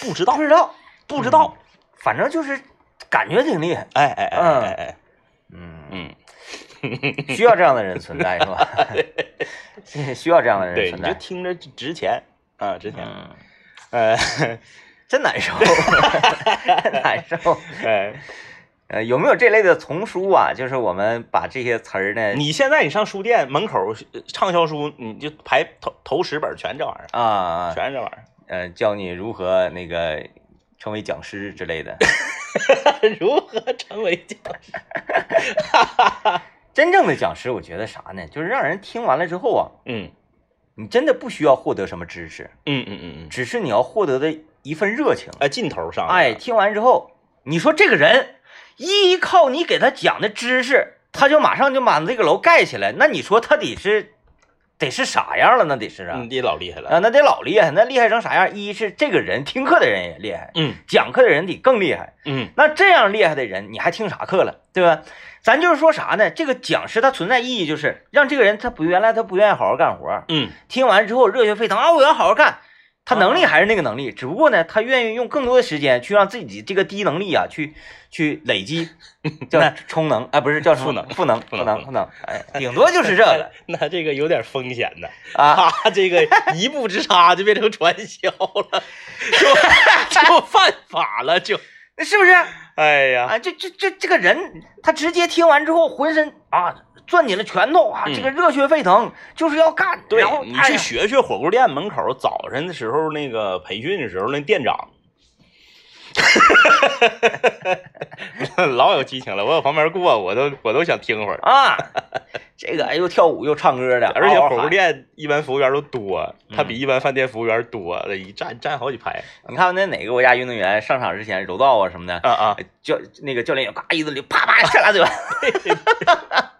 [SPEAKER 2] 不知道
[SPEAKER 1] 不知道，
[SPEAKER 2] 不知道，
[SPEAKER 1] 嗯反正就是感觉挺厉害，
[SPEAKER 2] 哎哎哎哎哎哎，
[SPEAKER 1] 嗯，
[SPEAKER 2] 嗯， <laughs>
[SPEAKER 1] 需要这样的人存在是吧？需要这样的人
[SPEAKER 2] 对，
[SPEAKER 1] 存
[SPEAKER 2] 你就
[SPEAKER 1] 在，
[SPEAKER 2] 听着值钱啊，值钱，
[SPEAKER 1] 嗯，
[SPEAKER 2] 呃
[SPEAKER 1] 真难受，难
[SPEAKER 2] <laughs>
[SPEAKER 1] 受。
[SPEAKER 2] 哎，
[SPEAKER 1] 呃，有没有这类的丛书啊？就是我们把这些词儿呢，
[SPEAKER 2] 你现在你上书店门口呃畅销书，你就排头头十本全这玩意儿，
[SPEAKER 1] 啊啊，
[SPEAKER 2] 全是这玩意儿。 <laughs>
[SPEAKER 1] 呃，教你如何那个成为讲师之类的。
[SPEAKER 2] 如何成为教师？
[SPEAKER 1] 真正的讲师，我觉得啥呢？就是让人听完了之后啊，
[SPEAKER 2] 嗯
[SPEAKER 1] 你真的不需要获得什么知识，
[SPEAKER 2] 嗯嗯嗯嗯，
[SPEAKER 1] 只是你要获得的一份热情。
[SPEAKER 2] 哎，劲头上来了，
[SPEAKER 1] 哎，听完之后，你说这个人依靠你给他讲的知识，他就马上就把这个楼盖起来，那你说他得是得是啥样了？那得是啊
[SPEAKER 2] 嗯，你老厉害了，
[SPEAKER 1] 啊，那得老厉害，那厉害成啥样？一是这个人听课的人也厉害，
[SPEAKER 2] 嗯
[SPEAKER 1] 讲课的人得更厉害。
[SPEAKER 2] 嗯
[SPEAKER 1] 那这样厉害的人，你还听啥课了，对吧？咱就是说啥呢？这个讲师他存在意义就是让这个人他不原来他不愿意好好干活，
[SPEAKER 2] 嗯，
[SPEAKER 1] 听完之后热血沸腾啊，我要好好干。他能
[SPEAKER 2] 啊
[SPEAKER 1] 力还是那个能力，只不过呢，他愿意用更多的时间去让自己这个低能力啊，去去累积，
[SPEAKER 2] <laughs>
[SPEAKER 1] 叫充能，哎，不是叫什么
[SPEAKER 2] 赋能
[SPEAKER 1] <laughs> 赋能，赋
[SPEAKER 2] 赋能
[SPEAKER 1] 能，赋能，哎，顶多就是这
[SPEAKER 2] <laughs>
[SPEAKER 1] 个
[SPEAKER 2] 那这个有点风险呢，
[SPEAKER 1] 啊，
[SPEAKER 2] 他 <laughs> 这个一步之差就变成传销 <laughs> 了，就就犯法了，就
[SPEAKER 1] 那是不是？
[SPEAKER 2] 哎呀，
[SPEAKER 1] 啊，这这这这个人，他直接听完之后，浑身啊攥紧了拳头啊，
[SPEAKER 2] 嗯
[SPEAKER 1] 这个热血沸腾，就是要干，
[SPEAKER 2] 对
[SPEAKER 1] 然后
[SPEAKER 2] 你
[SPEAKER 1] 哎
[SPEAKER 2] 去
[SPEAKER 1] 呀
[SPEAKER 2] 学学火锅店门口早晨的时候那个培训的时候，那店长。 <laughs> 老有激情了，我往旁边过，我都我都想听会儿。
[SPEAKER 1] 啊， <laughs> 这个哎又跳舞又唱歌的，
[SPEAKER 2] 而
[SPEAKER 1] 嗷
[SPEAKER 2] 且
[SPEAKER 1] 嗷
[SPEAKER 2] 火锅
[SPEAKER 1] 喊，
[SPEAKER 2] 店一般服务员都多，他
[SPEAKER 1] 嗯
[SPEAKER 2] 比一般饭店服务员多，一站站好几排。
[SPEAKER 1] 你看那哪个国家运动员上场之前柔道啊什么的，
[SPEAKER 2] 啊啊，
[SPEAKER 1] 教那个教练员嘎一顿流，啪啪扇俩嘴巴。 <laughs>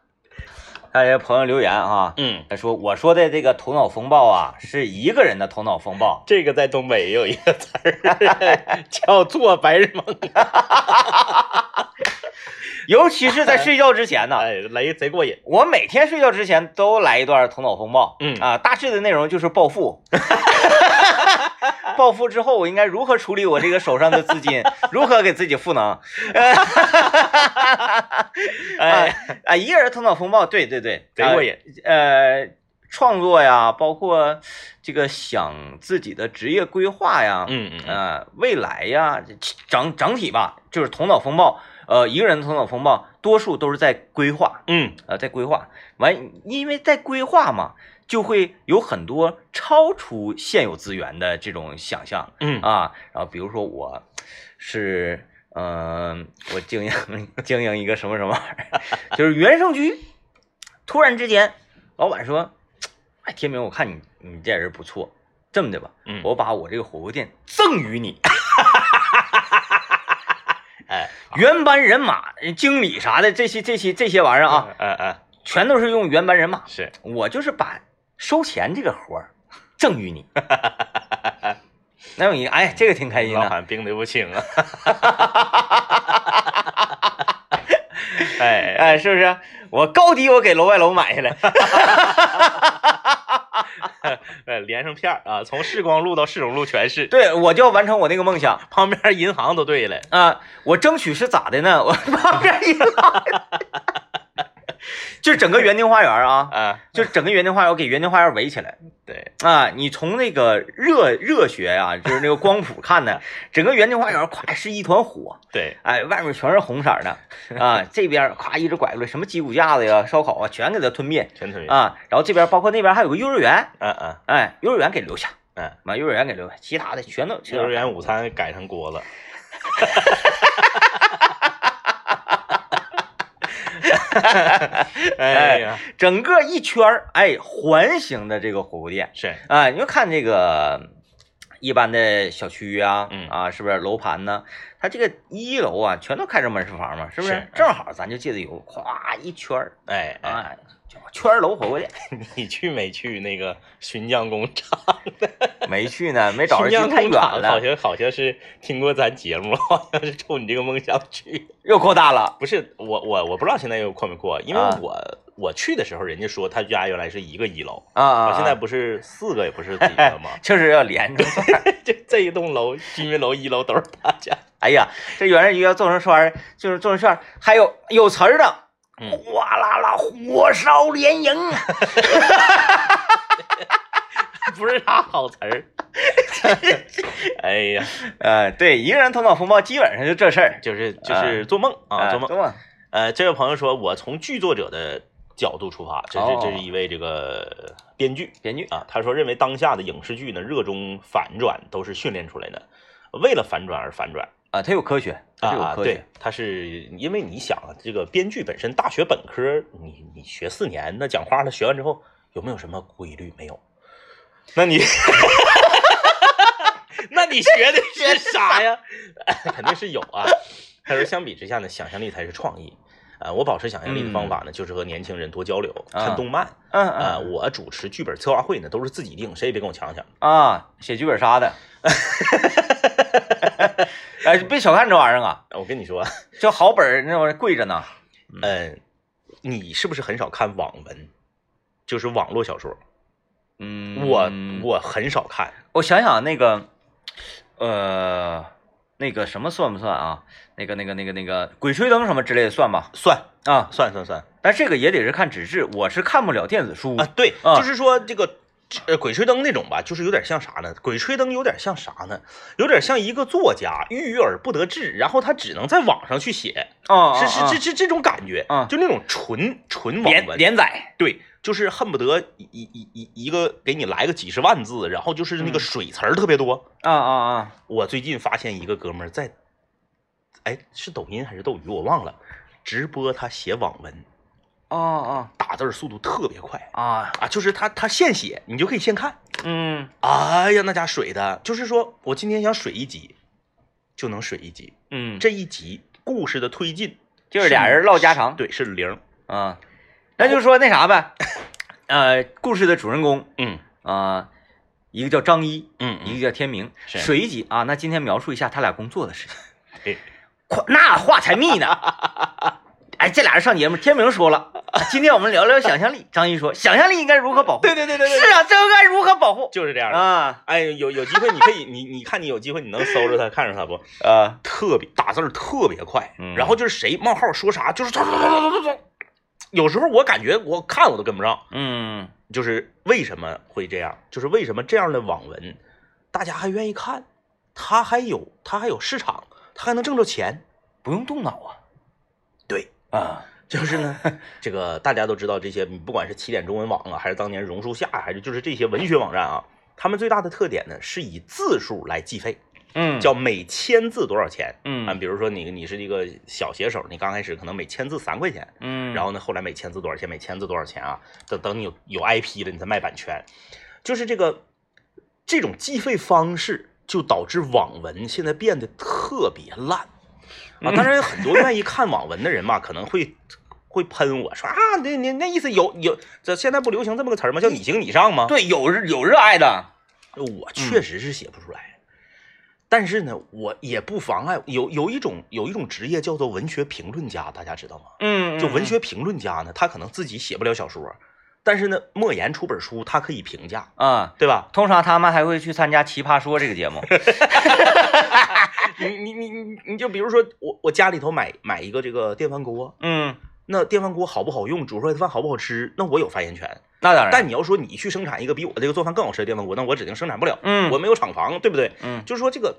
[SPEAKER 1] 还有朋友留言啊，
[SPEAKER 2] 嗯，。
[SPEAKER 1] 他说我说的这个头脑风暴啊，是一个人的头脑风暴
[SPEAKER 2] 这个在东北也有一个词儿 <laughs> 叫做白日梦，
[SPEAKER 1] 尤其是在睡觉之前呢，
[SPEAKER 2] 哎，雷贼过瘾。
[SPEAKER 1] 我每天睡觉之前都来一段头脑风暴，
[SPEAKER 2] 嗯
[SPEAKER 1] 啊，大致的内容就是暴富， <laughs> 暴富之后我应该如何处理我这个手上的资金，如何给自己赋能， <laughs>
[SPEAKER 2] 哎，
[SPEAKER 1] 啊啊，一个人头脑风暴，对对对，
[SPEAKER 2] 贼过瘾。
[SPEAKER 1] 呃，创作呀，包括这个想自己的职业规划呀，
[SPEAKER 2] 嗯嗯嗯，
[SPEAKER 1] 呃，未来呀，这整整体吧，就是头脑风暴。呃，一个人的头脑风暴，多数都是在规划，
[SPEAKER 2] 嗯，
[SPEAKER 1] 呃，在规划完，因为在规划嘛，就会有很多超出现有资源的这种想象 <laughs>
[SPEAKER 2] 嗯
[SPEAKER 1] 啊。然后比如说我是，嗯、我经营经营一个什么什么玩意儿， <laughs> 就是原生居，突然之间，老板说，哎，天明，我看你你这人不错，这么的吧，
[SPEAKER 2] 嗯
[SPEAKER 1] 我把我这个火锅店赠与你。 <laughs>
[SPEAKER 2] 哎，
[SPEAKER 1] 原班人马、经理啥的，这些、这些、这些玩意儿啊，
[SPEAKER 2] 嗯，嗯嗯，
[SPEAKER 1] 全都是用原班人马。
[SPEAKER 2] 是，
[SPEAKER 1] <laughs>
[SPEAKER 2] <laughs>
[SPEAKER 1] 我就是把收钱这个活儿赠与你。那我一个，哎，这个挺开心
[SPEAKER 2] 老
[SPEAKER 1] 的。
[SPEAKER 2] 板病得不轻 <laughs> 啊。哎，
[SPEAKER 1] 哎，是不是？我高低我给楼外楼买下来，
[SPEAKER 2] 哎，连上片儿啊，从世光路到市荣路全是，
[SPEAKER 1] 对我就要完成我那个梦想
[SPEAKER 2] 旁边银行都对了。
[SPEAKER 1] 啊、我争取是咋的呢？我旁边一拉， <laughs> 就整个园丁花园啊，
[SPEAKER 2] 啊，
[SPEAKER 1] 就整个园丁花园，我给园丁花园围起来
[SPEAKER 2] 对，
[SPEAKER 1] 啊！你从那个热热学呀、就是那个光谱看呢，整个园丁花园咵是一团火，
[SPEAKER 2] 对，
[SPEAKER 1] 哎，外面全是红色儿的啊，这边咵一直拐过来，什么鸡骨架子呀、烧烤啊，全给它吞灭
[SPEAKER 2] 全推。
[SPEAKER 1] 啊。然后这边包括那边还有个幼儿园，
[SPEAKER 2] 嗯嗯，
[SPEAKER 1] 哎，幼儿园给留下，
[SPEAKER 2] 嗯，
[SPEAKER 1] 把幼儿园给留下，其他的全都全
[SPEAKER 2] 幼
[SPEAKER 1] 都
[SPEAKER 2] 儿园午餐改成锅 <laughs> 了。哎呀，
[SPEAKER 1] 整个一圈儿，哎，环形的这个火锅店，
[SPEAKER 2] 是，哎
[SPEAKER 1] 啊，你就看这个一般的小区啊，
[SPEAKER 2] 嗯
[SPEAKER 1] 啊，是不是楼盘呢？它这个一楼啊，全都开成门市房嘛，是不是？
[SPEAKER 2] 是嗯
[SPEAKER 1] 正好咱就借着油，咵一圈儿，
[SPEAKER 2] 哎哎，
[SPEAKER 1] 啊，圈儿楼火锅店，
[SPEAKER 2] 你去没去那个巡江工厂？
[SPEAKER 1] 没去呢，没找着
[SPEAKER 2] 巡
[SPEAKER 1] 去
[SPEAKER 2] 江
[SPEAKER 1] 太
[SPEAKER 2] 工
[SPEAKER 1] 远
[SPEAKER 2] 厂好
[SPEAKER 1] 了，
[SPEAKER 2] 像好像是听过咱节目，好像是冲你这个梦想去。
[SPEAKER 1] 又扩大了。
[SPEAKER 2] <laughs> 不是我我我不知道现在又扩没扩，因为
[SPEAKER 1] 啊
[SPEAKER 2] 我、我去的时候，人家说他家原来是一个一楼，
[SPEAKER 1] 啊啊！
[SPEAKER 2] 我现在
[SPEAKER 1] 啊？
[SPEAKER 2] 不是四个也不是几个 <laughs> 吗
[SPEAKER 1] 就是要连着。
[SPEAKER 2] 这这一栋楼居民楼一楼都是他家。
[SPEAKER 1] 哎呀，这原来鱼要做成圈儿，就是做成圈儿，还有有词儿的，
[SPEAKER 2] 嗯
[SPEAKER 1] 哗啦啦，火烧连营啊！
[SPEAKER 2] <laughs> 不是啥好词 <laughs> 儿。哎呀，
[SPEAKER 1] <laughs> 呃，对，一个人头脑风暴基本上就这事儿
[SPEAKER 2] 就是就是做梦啊，
[SPEAKER 1] 哎
[SPEAKER 2] 做梦。
[SPEAKER 1] 做梦，
[SPEAKER 2] 呃，这位朋友说，我从剧作者的角度出发，这
[SPEAKER 1] 哦
[SPEAKER 2] 是这是一位这个编剧
[SPEAKER 1] 编剧
[SPEAKER 2] 啊，他说认为当下的影视剧呢，热衷反转都是训练出来的，为了反转而反转。
[SPEAKER 1] 啊，它有科学，它
[SPEAKER 2] 啊
[SPEAKER 1] 是有
[SPEAKER 2] 啊，
[SPEAKER 1] 科学。
[SPEAKER 2] 对，他是因为你想啊，这个编剧本身大学本科，你你学四年，那讲话了，学完之后有没有什么规律？没有。那你，那你学的是啥呀？ <laughs> 肯定是有啊。他说，相比之下呢，想象力才是创意。呃，我保持想象力的方法呢，就是和年轻人多交流，
[SPEAKER 1] 啊
[SPEAKER 2] 看动漫。
[SPEAKER 1] 嗯
[SPEAKER 2] 呃，
[SPEAKER 1] 嗯
[SPEAKER 2] 我主持剧本策划会呢，都是自己定，谁也别跟我抢抢。
[SPEAKER 1] 啊，写剧本杀 <laughs> 的。哎，别小看这玩意儿啊，
[SPEAKER 2] 我跟你说，
[SPEAKER 1] 这好本儿那玩意儿贵着呢。
[SPEAKER 2] 嗯、你是不是很少看网文，就是网络小说？
[SPEAKER 1] 嗯，
[SPEAKER 2] 我我很少看，
[SPEAKER 1] 我想想那个，呃，那个什么算不算啊？那个那个那个那个鬼吹灯什么之类的算吧
[SPEAKER 2] 算
[SPEAKER 1] 啊，
[SPEAKER 2] 算算算
[SPEAKER 1] 但这个也得是看纸质，我是看不了电子书
[SPEAKER 2] 啊，对，
[SPEAKER 1] 啊
[SPEAKER 2] 就是说这个呃《鬼吹灯》那种吧，就是有点像啥呢？《鬼吹灯》有点像啥呢？有点像一个作家郁郁而不得志，然后他只能在网上去写，
[SPEAKER 1] 啊，
[SPEAKER 2] 是是
[SPEAKER 1] 啊
[SPEAKER 2] 是这这种感觉
[SPEAKER 1] 啊，
[SPEAKER 2] 就那种纯纯网
[SPEAKER 1] 连
[SPEAKER 2] 文，
[SPEAKER 1] 连载
[SPEAKER 2] 对，就是恨不得一一一一一个给你来个几十万字，然后就是那个
[SPEAKER 1] 嗯
[SPEAKER 2] 水词儿特别多。
[SPEAKER 1] 啊啊啊，
[SPEAKER 2] 我最近发现一个哥们儿在，哎，是抖音还是斗鱼，我忘了，直播他写网文。
[SPEAKER 1] 哦哦
[SPEAKER 2] 打字儿速度特别快
[SPEAKER 1] 啊，
[SPEAKER 2] 啊，就是他他现写，你就可以现看。
[SPEAKER 1] 嗯
[SPEAKER 2] 哎呀，那家水的，就是说我今天想水一集，就能水一集。
[SPEAKER 1] 嗯，
[SPEAKER 2] 这一集故事的推进
[SPEAKER 1] 就是俩人唠家常，
[SPEAKER 2] 对是零，
[SPEAKER 1] 啊，那就说那啥
[SPEAKER 2] <laughs>
[SPEAKER 1] 呗，呃，故事的主人公
[SPEAKER 2] 嗯
[SPEAKER 1] 啊、一个叫张一，
[SPEAKER 2] 嗯
[SPEAKER 1] 一个叫天明，
[SPEAKER 2] 是哎
[SPEAKER 1] 水几啊？那今天描述一下他俩工作的事情，
[SPEAKER 2] 对，
[SPEAKER 1] 夸 <laughs> 那话才密呢。 <laughs> 哎，这俩人上节目，天明说了， <laughs> 今天我们聊聊想象力。张一说，想象力应该如何保护？
[SPEAKER 2] 对对对对对，
[SPEAKER 1] 是啊，这应该如何保护
[SPEAKER 2] 就是这样的。
[SPEAKER 1] 啊？
[SPEAKER 2] 哎，有有机会你可以，你你看你有机会你能搜着他看着他不？
[SPEAKER 1] 呃，
[SPEAKER 2] 特别打字儿特别快，
[SPEAKER 1] 嗯
[SPEAKER 2] 然后就是谁冒号说啥，就是唰唰唰唰唰唰唰有时候我感觉我看我都跟不上，
[SPEAKER 1] 嗯，
[SPEAKER 2] 就是为什么会这样？就是为什么这样的网文，大家还愿意看？它还有它还有市场，它还能挣着钱。
[SPEAKER 1] 不用动脑啊
[SPEAKER 2] 对，
[SPEAKER 1] 啊，
[SPEAKER 2] 就是呢，这个大家都知道，这些不管是起点中文网啊，还是当年榕树下，还是就是这些文学网站啊，他们最大的特点呢是以字数来计费，
[SPEAKER 1] 嗯，
[SPEAKER 2] 叫每千字多少钱。啊，
[SPEAKER 1] 嗯
[SPEAKER 2] 比如说你你是一个小写手，你刚开始可能每千字三块钱，
[SPEAKER 1] 嗯，
[SPEAKER 2] 然后呢，后来每千字多少钱，每千字多少钱啊？等等你有有 IP 了，你再卖版权，就是这个这种计费方式，就导致网文现在变得特别烂
[SPEAKER 1] 嗯
[SPEAKER 2] 啊。当然，很多愿意看网文的人嘛，可能会。会喷我说啊，那那那意思有有，这现在不流行这么个词儿吗？叫你行你上吗？嗯
[SPEAKER 1] 对有有热爱的，
[SPEAKER 2] 我确实是写不出来，但是呢，我也不妨碍有有一种有一种职业叫做文学评论家，大家知道吗？
[SPEAKER 1] 嗯，
[SPEAKER 2] 就文学评论家呢，他可能自己写不了小说，但是呢，莫言出本书，他可以评价，
[SPEAKER 1] 啊、
[SPEAKER 2] 对吧？
[SPEAKER 1] 通常他们还会去参加《奇葩说》这个节
[SPEAKER 2] <laughs>
[SPEAKER 1] 目。
[SPEAKER 2] 你哎你你你你就比如说我我家里头买买一个这个电饭锅，
[SPEAKER 1] 嗯，
[SPEAKER 2] 那电饭锅好不好用，煮出来的饭好不好吃，那我有发言权。
[SPEAKER 1] 那当然。
[SPEAKER 2] 但你要说你去生产一个比我这个做饭更好吃的电饭锅，那我指定生产不了，
[SPEAKER 1] 嗯，
[SPEAKER 2] 我没有厂房，对不对？
[SPEAKER 1] 嗯
[SPEAKER 2] 就是说这个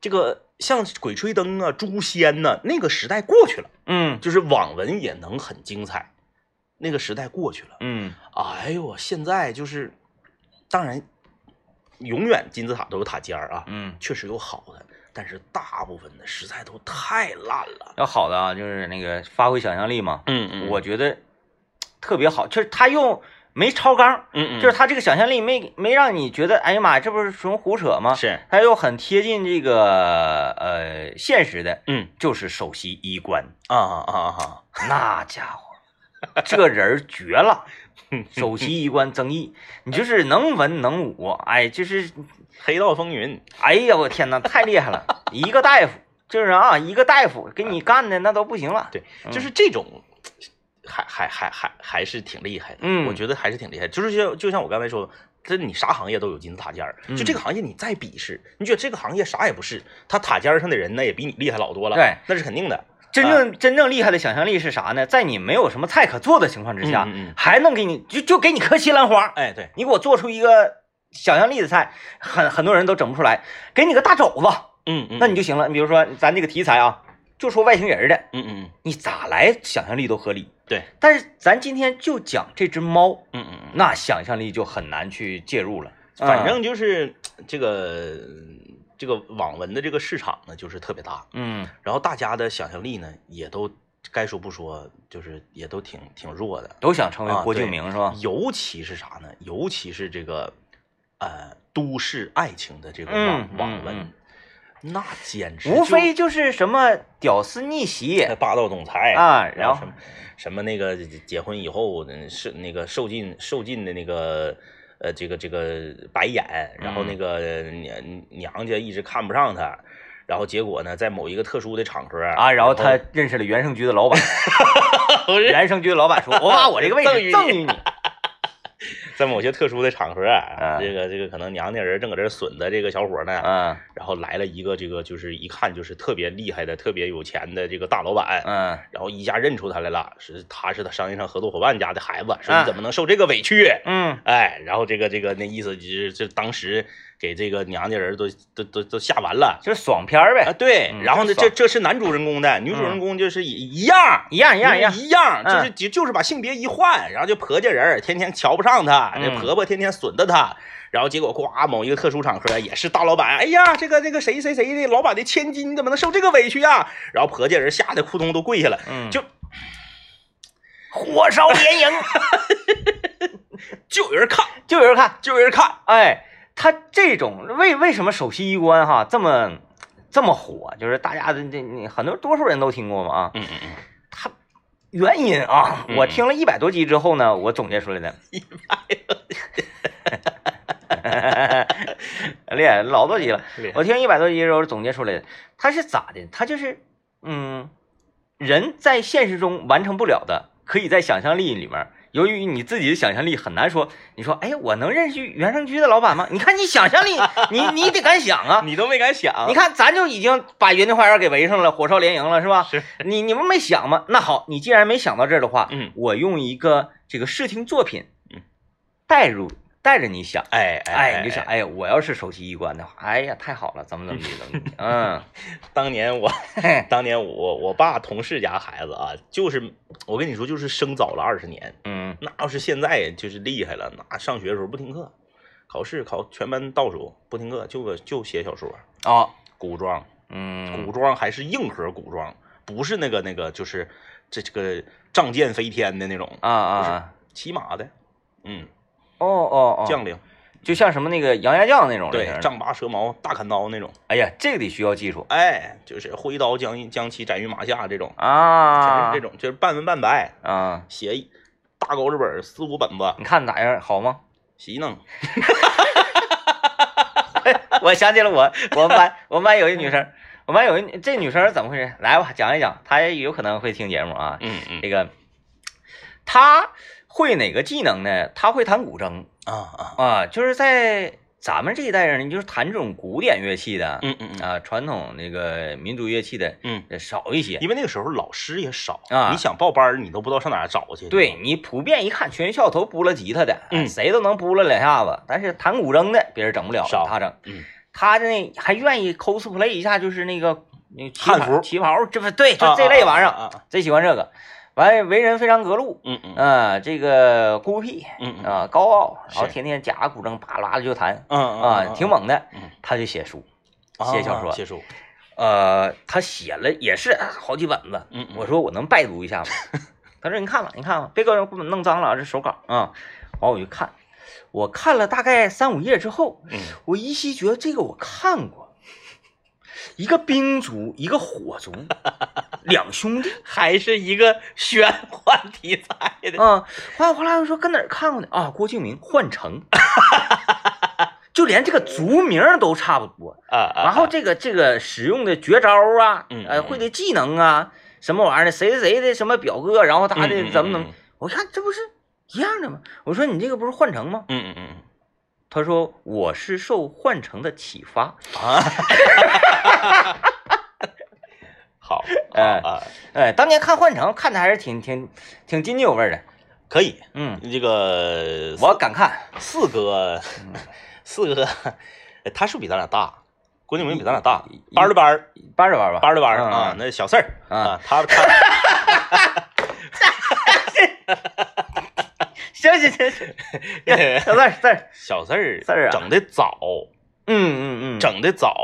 [SPEAKER 2] 这个像《鬼吹灯》啊、《诛仙》呐，那个时代过去了，
[SPEAKER 1] 嗯
[SPEAKER 2] 就是网文也能很精彩，那个时代过去了。
[SPEAKER 1] 嗯
[SPEAKER 2] 哎呦，现在就是，当然，永远金字塔都有塔尖儿啊，
[SPEAKER 1] 嗯，
[SPEAKER 2] 确实有好的，但是大部分的实在都太烂了。
[SPEAKER 1] 要好的啊，就是那个发挥想象力嘛。
[SPEAKER 2] 嗯
[SPEAKER 1] 我觉得特别好，就是他用没超纲，
[SPEAKER 2] 嗯嗯，
[SPEAKER 1] 就是他这个想象力没没让你觉得，哎呀妈呀，这不是纯胡扯吗？
[SPEAKER 2] 是
[SPEAKER 1] 他又很贴近这个呃现实的，
[SPEAKER 2] 嗯
[SPEAKER 1] 就是首席医官，
[SPEAKER 2] 啊啊啊
[SPEAKER 1] 那家伙，这人儿绝了。
[SPEAKER 2] 嗯
[SPEAKER 1] 首席医官曾毅，你就是能文能武，哎，就是
[SPEAKER 2] 啊！黑道风云，
[SPEAKER 1] 哎呀，我天哪，太厉害了！一个大夫就是啊，一个大夫给你干的那都不行了。
[SPEAKER 2] 对，
[SPEAKER 1] 嗯
[SPEAKER 2] 就是这种，还还还还还是挺厉害的。
[SPEAKER 1] 嗯
[SPEAKER 2] 我觉得还是挺厉害的。就是像就像我刚才说的，这你啥行业都有金字塔尖儿，就
[SPEAKER 1] 嗯
[SPEAKER 2] 这个行业你再鄙视，你觉得这个行业啥也不是，他塔尖儿上的人呢也比你厉害老多了，
[SPEAKER 1] 对，
[SPEAKER 2] 那是肯定的。
[SPEAKER 1] 真正、
[SPEAKER 2] 啊
[SPEAKER 1] 真正厉害的想象力是啥呢？在你没有什么菜可做的情况之下，
[SPEAKER 2] 嗯嗯嗯
[SPEAKER 1] 还能给你就就给你颗西兰花，
[SPEAKER 2] 哎，对，
[SPEAKER 1] 你给我做出一个想象力的菜，很很多人都整不出来，给你个大肘子，
[SPEAKER 2] 嗯嗯，
[SPEAKER 1] 那你就行了。你比如说咱这个题材啊，就说外星人的，
[SPEAKER 2] 嗯嗯嗯，
[SPEAKER 1] 你咋来想象力都合理。
[SPEAKER 2] 对，
[SPEAKER 1] 但是咱今天就讲这只猫，
[SPEAKER 2] 嗯嗯嗯，
[SPEAKER 1] 那想象力就很难去介入了。
[SPEAKER 2] 反正就是这个这个网文的这个市场呢，就是特别大。
[SPEAKER 1] 嗯，
[SPEAKER 2] 然后大家的想象力呢，也都该说不说，就是也都挺挺弱的。
[SPEAKER 1] 都想成为
[SPEAKER 2] 啊
[SPEAKER 1] 郭敬
[SPEAKER 2] 对
[SPEAKER 1] 明、是吧？
[SPEAKER 2] 尤其是啥呢？尤其是这个呃都市爱情的这个
[SPEAKER 1] 嗯
[SPEAKER 2] 网、
[SPEAKER 1] 嗯
[SPEAKER 2] 网文，
[SPEAKER 1] 嗯
[SPEAKER 2] 那简直
[SPEAKER 1] 无
[SPEAKER 2] 就
[SPEAKER 1] 非就是什么屌丝逆袭
[SPEAKER 2] 霸道总裁
[SPEAKER 1] 啊，
[SPEAKER 2] 然
[SPEAKER 1] 然
[SPEAKER 2] 后
[SPEAKER 1] 后
[SPEAKER 2] 什么什么那个结婚以后嗯是那个受尽受尽的那个呃这个这个白眼，然后
[SPEAKER 1] 嗯
[SPEAKER 2] 那个娘娘家一直看不上他，然后结果呢，在某一个特殊的场合
[SPEAKER 1] 啊，然后他认识了原生居的老 <laughs> 板，
[SPEAKER 2] 不是
[SPEAKER 1] 原生居的老板 <laughs> 说：“我把我这个位
[SPEAKER 2] 赠与
[SPEAKER 1] 置
[SPEAKER 2] 你
[SPEAKER 1] 赠予你。
[SPEAKER 2] <laughs> 在某些特殊的场合啊，
[SPEAKER 1] 嗯
[SPEAKER 2] 这个这个可能娘家人正搁这儿损的这个小伙呢，”
[SPEAKER 1] 嗯
[SPEAKER 2] 然后来了一个这个就是一看就是特别厉害的、特别有钱的这个大老板，
[SPEAKER 1] 嗯
[SPEAKER 2] 然后一下认出他来了，是他是他商业上合作伙伴家的孩子，说
[SPEAKER 1] 啊
[SPEAKER 2] 你怎么能受这个委屈？
[SPEAKER 1] 嗯，
[SPEAKER 2] 哎，然后这个这个那意思就是，这当时给这个娘家人都都都都吓完了
[SPEAKER 1] 就是爽片儿呗，
[SPEAKER 2] 啊！对，
[SPEAKER 1] 嗯
[SPEAKER 2] 然后呢，
[SPEAKER 1] 真爽嗯
[SPEAKER 2] 这这是男主人公的，女主人公就是一一样。
[SPEAKER 1] 一样一样一样。
[SPEAKER 2] 一样，
[SPEAKER 1] 嗯
[SPEAKER 2] 就是就就是把性别一换，然后就婆家人儿天天瞧不上她，
[SPEAKER 1] 嗯
[SPEAKER 2] 这婆婆天天损着她，然后结果呱某一个特殊场合也是大老板，哎呀，这个这个谁谁谁的老板的千金，你怎么能受这个委屈啊？然后婆家人吓得扑通都跪下了，
[SPEAKER 1] 嗯，
[SPEAKER 2] 就
[SPEAKER 1] 火烧连 <laughs> 营，
[SPEAKER 2] 就有人看，
[SPEAKER 1] 就有人看。
[SPEAKER 2] 就有人看，
[SPEAKER 1] 哎，他这种为为什么首席医官哈这么这么火？就是大家的这你很多多数人都听过嘛啊。
[SPEAKER 2] 嗯嗯嗯，
[SPEAKER 1] 他原因啊，
[SPEAKER 2] 嗯
[SPEAKER 1] 我听了一百多集之后呢，我总结出来的。一百 <laughs> 多，厉害，老多集了。
[SPEAKER 2] 厉害
[SPEAKER 1] 我听一百多集的时候总结出来的，他是咋的？他就是，嗯，人在现实中完成不了的，可以在想象力里面。由于你自己的想象力很难说，你说，哎，我能认识原生居的老板吗？你看你想象力，你你得敢想
[SPEAKER 2] <laughs>
[SPEAKER 1] 啊！
[SPEAKER 2] 你都没敢想，
[SPEAKER 1] 你看，咱就已经把云的花园给围上了，火烧连营了，是吧？
[SPEAKER 2] 是
[SPEAKER 1] 你你们没想吗？那好，你既然没想到这儿的话，
[SPEAKER 2] 嗯
[SPEAKER 1] 我用一个这个视听作品，
[SPEAKER 2] 嗯，
[SPEAKER 1] 带入带着你想，
[SPEAKER 2] 哎
[SPEAKER 1] 哎，你就想，，哎呀，我要是首席医官的话，哎呀，太好了，怎么怎么地怎么
[SPEAKER 2] <laughs>
[SPEAKER 1] 地，嗯，
[SPEAKER 2] 当
[SPEAKER 1] <laughs>
[SPEAKER 2] 年我
[SPEAKER 1] 嘿
[SPEAKER 2] 当年我我爸同事家孩子啊，就是我跟你说，就是生早了二十年，
[SPEAKER 1] 嗯
[SPEAKER 2] 那要是现在就是厉害了，那上学的时候不听课，考试考全班倒数不听课，就个就写小说，
[SPEAKER 1] 哦，
[SPEAKER 2] 古装古
[SPEAKER 1] 嗯，
[SPEAKER 2] 装还是硬核古装，不是那个那个就是这这个仗剑飞天的那种，
[SPEAKER 1] 啊啊，
[SPEAKER 2] 骑马的，嗯，
[SPEAKER 1] 哦哦哦，
[SPEAKER 2] 将领，
[SPEAKER 1] 就像什么那个杨家将那种类型
[SPEAKER 2] 对，
[SPEAKER 1] 的，
[SPEAKER 2] 丈八蛇矛大砍刀那种，
[SPEAKER 1] 哎呀，这个得需要技术
[SPEAKER 2] 哎，就是挥刀将将其斩于马下这种，全
[SPEAKER 1] 啊，
[SPEAKER 2] 是这种，就是半文半白。
[SPEAKER 1] 啊，
[SPEAKER 2] 写一大稿子本儿四五本子，
[SPEAKER 1] 你看咋样，好吗？
[SPEAKER 2] 谁弄？
[SPEAKER 1] <laughs> 我想起了我我们班我们班有一女生，我们班有一这女生是怎么回事？来吧，讲一讲，她也有可能会听节目啊。
[SPEAKER 2] 嗯嗯
[SPEAKER 1] 这个她会哪个技能呢？她会弹古筝
[SPEAKER 2] 啊啊，
[SPEAKER 1] 啊，就是在咱们这一代人，就是弹这种古典乐器的，
[SPEAKER 2] 嗯嗯嗯
[SPEAKER 1] 啊，传统那个民族乐器的
[SPEAKER 2] 嗯，
[SPEAKER 1] 呃少一些。
[SPEAKER 2] 因为那个时候老师也少
[SPEAKER 1] 啊
[SPEAKER 2] 你想报班儿你都不知道上哪儿找去。
[SPEAKER 1] 对你普遍一看，全校都拨拉吉他的，
[SPEAKER 2] 嗯
[SPEAKER 1] 谁都能拨拉两下子。但是弹古筝的，别人整不了，
[SPEAKER 2] 少
[SPEAKER 1] 他整。
[SPEAKER 2] 嗯，
[SPEAKER 1] 他呢还愿意 cosplay 一下，就是那个那个旗
[SPEAKER 2] 汉
[SPEAKER 1] 袍
[SPEAKER 2] 服
[SPEAKER 1] 旗袍，这不对，
[SPEAKER 2] 啊
[SPEAKER 1] 就这类玩意儿，
[SPEAKER 2] 啊啊啊
[SPEAKER 1] 贼喜欢这个。完了，为人非常格路，
[SPEAKER 2] 嗯嗯
[SPEAKER 1] 啊，这个孤僻
[SPEAKER 2] 嗯嗯
[SPEAKER 1] 啊、高傲，然后
[SPEAKER 2] 是
[SPEAKER 1] 天天夹个古筝叭啦的就弹
[SPEAKER 2] 嗯
[SPEAKER 1] 啊，挺猛的
[SPEAKER 2] 嗯。
[SPEAKER 1] 他就写书，
[SPEAKER 2] 啊，
[SPEAKER 1] 写小说
[SPEAKER 2] 写书，
[SPEAKER 1] 呃，他写了也是好几本子。
[SPEAKER 2] 嗯嗯
[SPEAKER 1] 我说我能拜读一下吗？他说你看吧，你看吧，别给我弄脏了啊，这手稿啊。完、我就看，我看了大概三五页之后，
[SPEAKER 2] 嗯
[SPEAKER 1] 我依稀觉得这个我看过，一个冰族，一个火
[SPEAKER 2] <laughs>
[SPEAKER 1] 族，两兄弟
[SPEAKER 2] 还是一个玄幻题材的，
[SPEAKER 1] 啊。哗啦哗啦又说跟哪儿看过呢？啊，郭敬明《幻
[SPEAKER 2] <laughs>
[SPEAKER 1] 城》，就连这个族名儿都差不多。
[SPEAKER 2] 啊啊，
[SPEAKER 1] 然后这个这个使用的绝招啊，
[SPEAKER 2] 嗯
[SPEAKER 1] 呃，
[SPEAKER 2] 嗯
[SPEAKER 1] 会的技能啊，什么玩意儿的，谁谁谁的什么表哥，然后他
[SPEAKER 2] 嗯嗯
[SPEAKER 1] 的
[SPEAKER 2] 嗯
[SPEAKER 1] 怎么怎么
[SPEAKER 2] 嗯，
[SPEAKER 1] 我看这不是一样的吗？我说你这个不是幻城吗？
[SPEAKER 2] 嗯嗯嗯
[SPEAKER 1] 他说我是受幻城的启发，
[SPEAKER 2] 嗯啊，
[SPEAKER 1] <laughs>
[SPEAKER 2] 好，
[SPEAKER 1] 哎
[SPEAKER 2] 啊，啊
[SPEAKER 1] 哎，当年看幻城看的还是挺挺挺津津有味的，
[SPEAKER 2] 可以，
[SPEAKER 1] 嗯，
[SPEAKER 2] 这个
[SPEAKER 1] 我嗯敢看，
[SPEAKER 2] 四哥，四哥，他是不是比咱俩大？郭敬明比咱俩大，班儿的班儿，
[SPEAKER 1] 班着玩吧，
[SPEAKER 2] 班儿的班儿啊，
[SPEAKER 1] 嗯，
[SPEAKER 2] 那小四儿
[SPEAKER 1] 啊
[SPEAKER 2] 啊，他他
[SPEAKER 1] 行行行 <laughs>
[SPEAKER 2] <laughs>
[SPEAKER 1] 行，小字儿字儿，
[SPEAKER 2] 小四儿
[SPEAKER 1] 四儿啊
[SPEAKER 2] 整的早，
[SPEAKER 1] 嗯嗯嗯，
[SPEAKER 2] 整的早，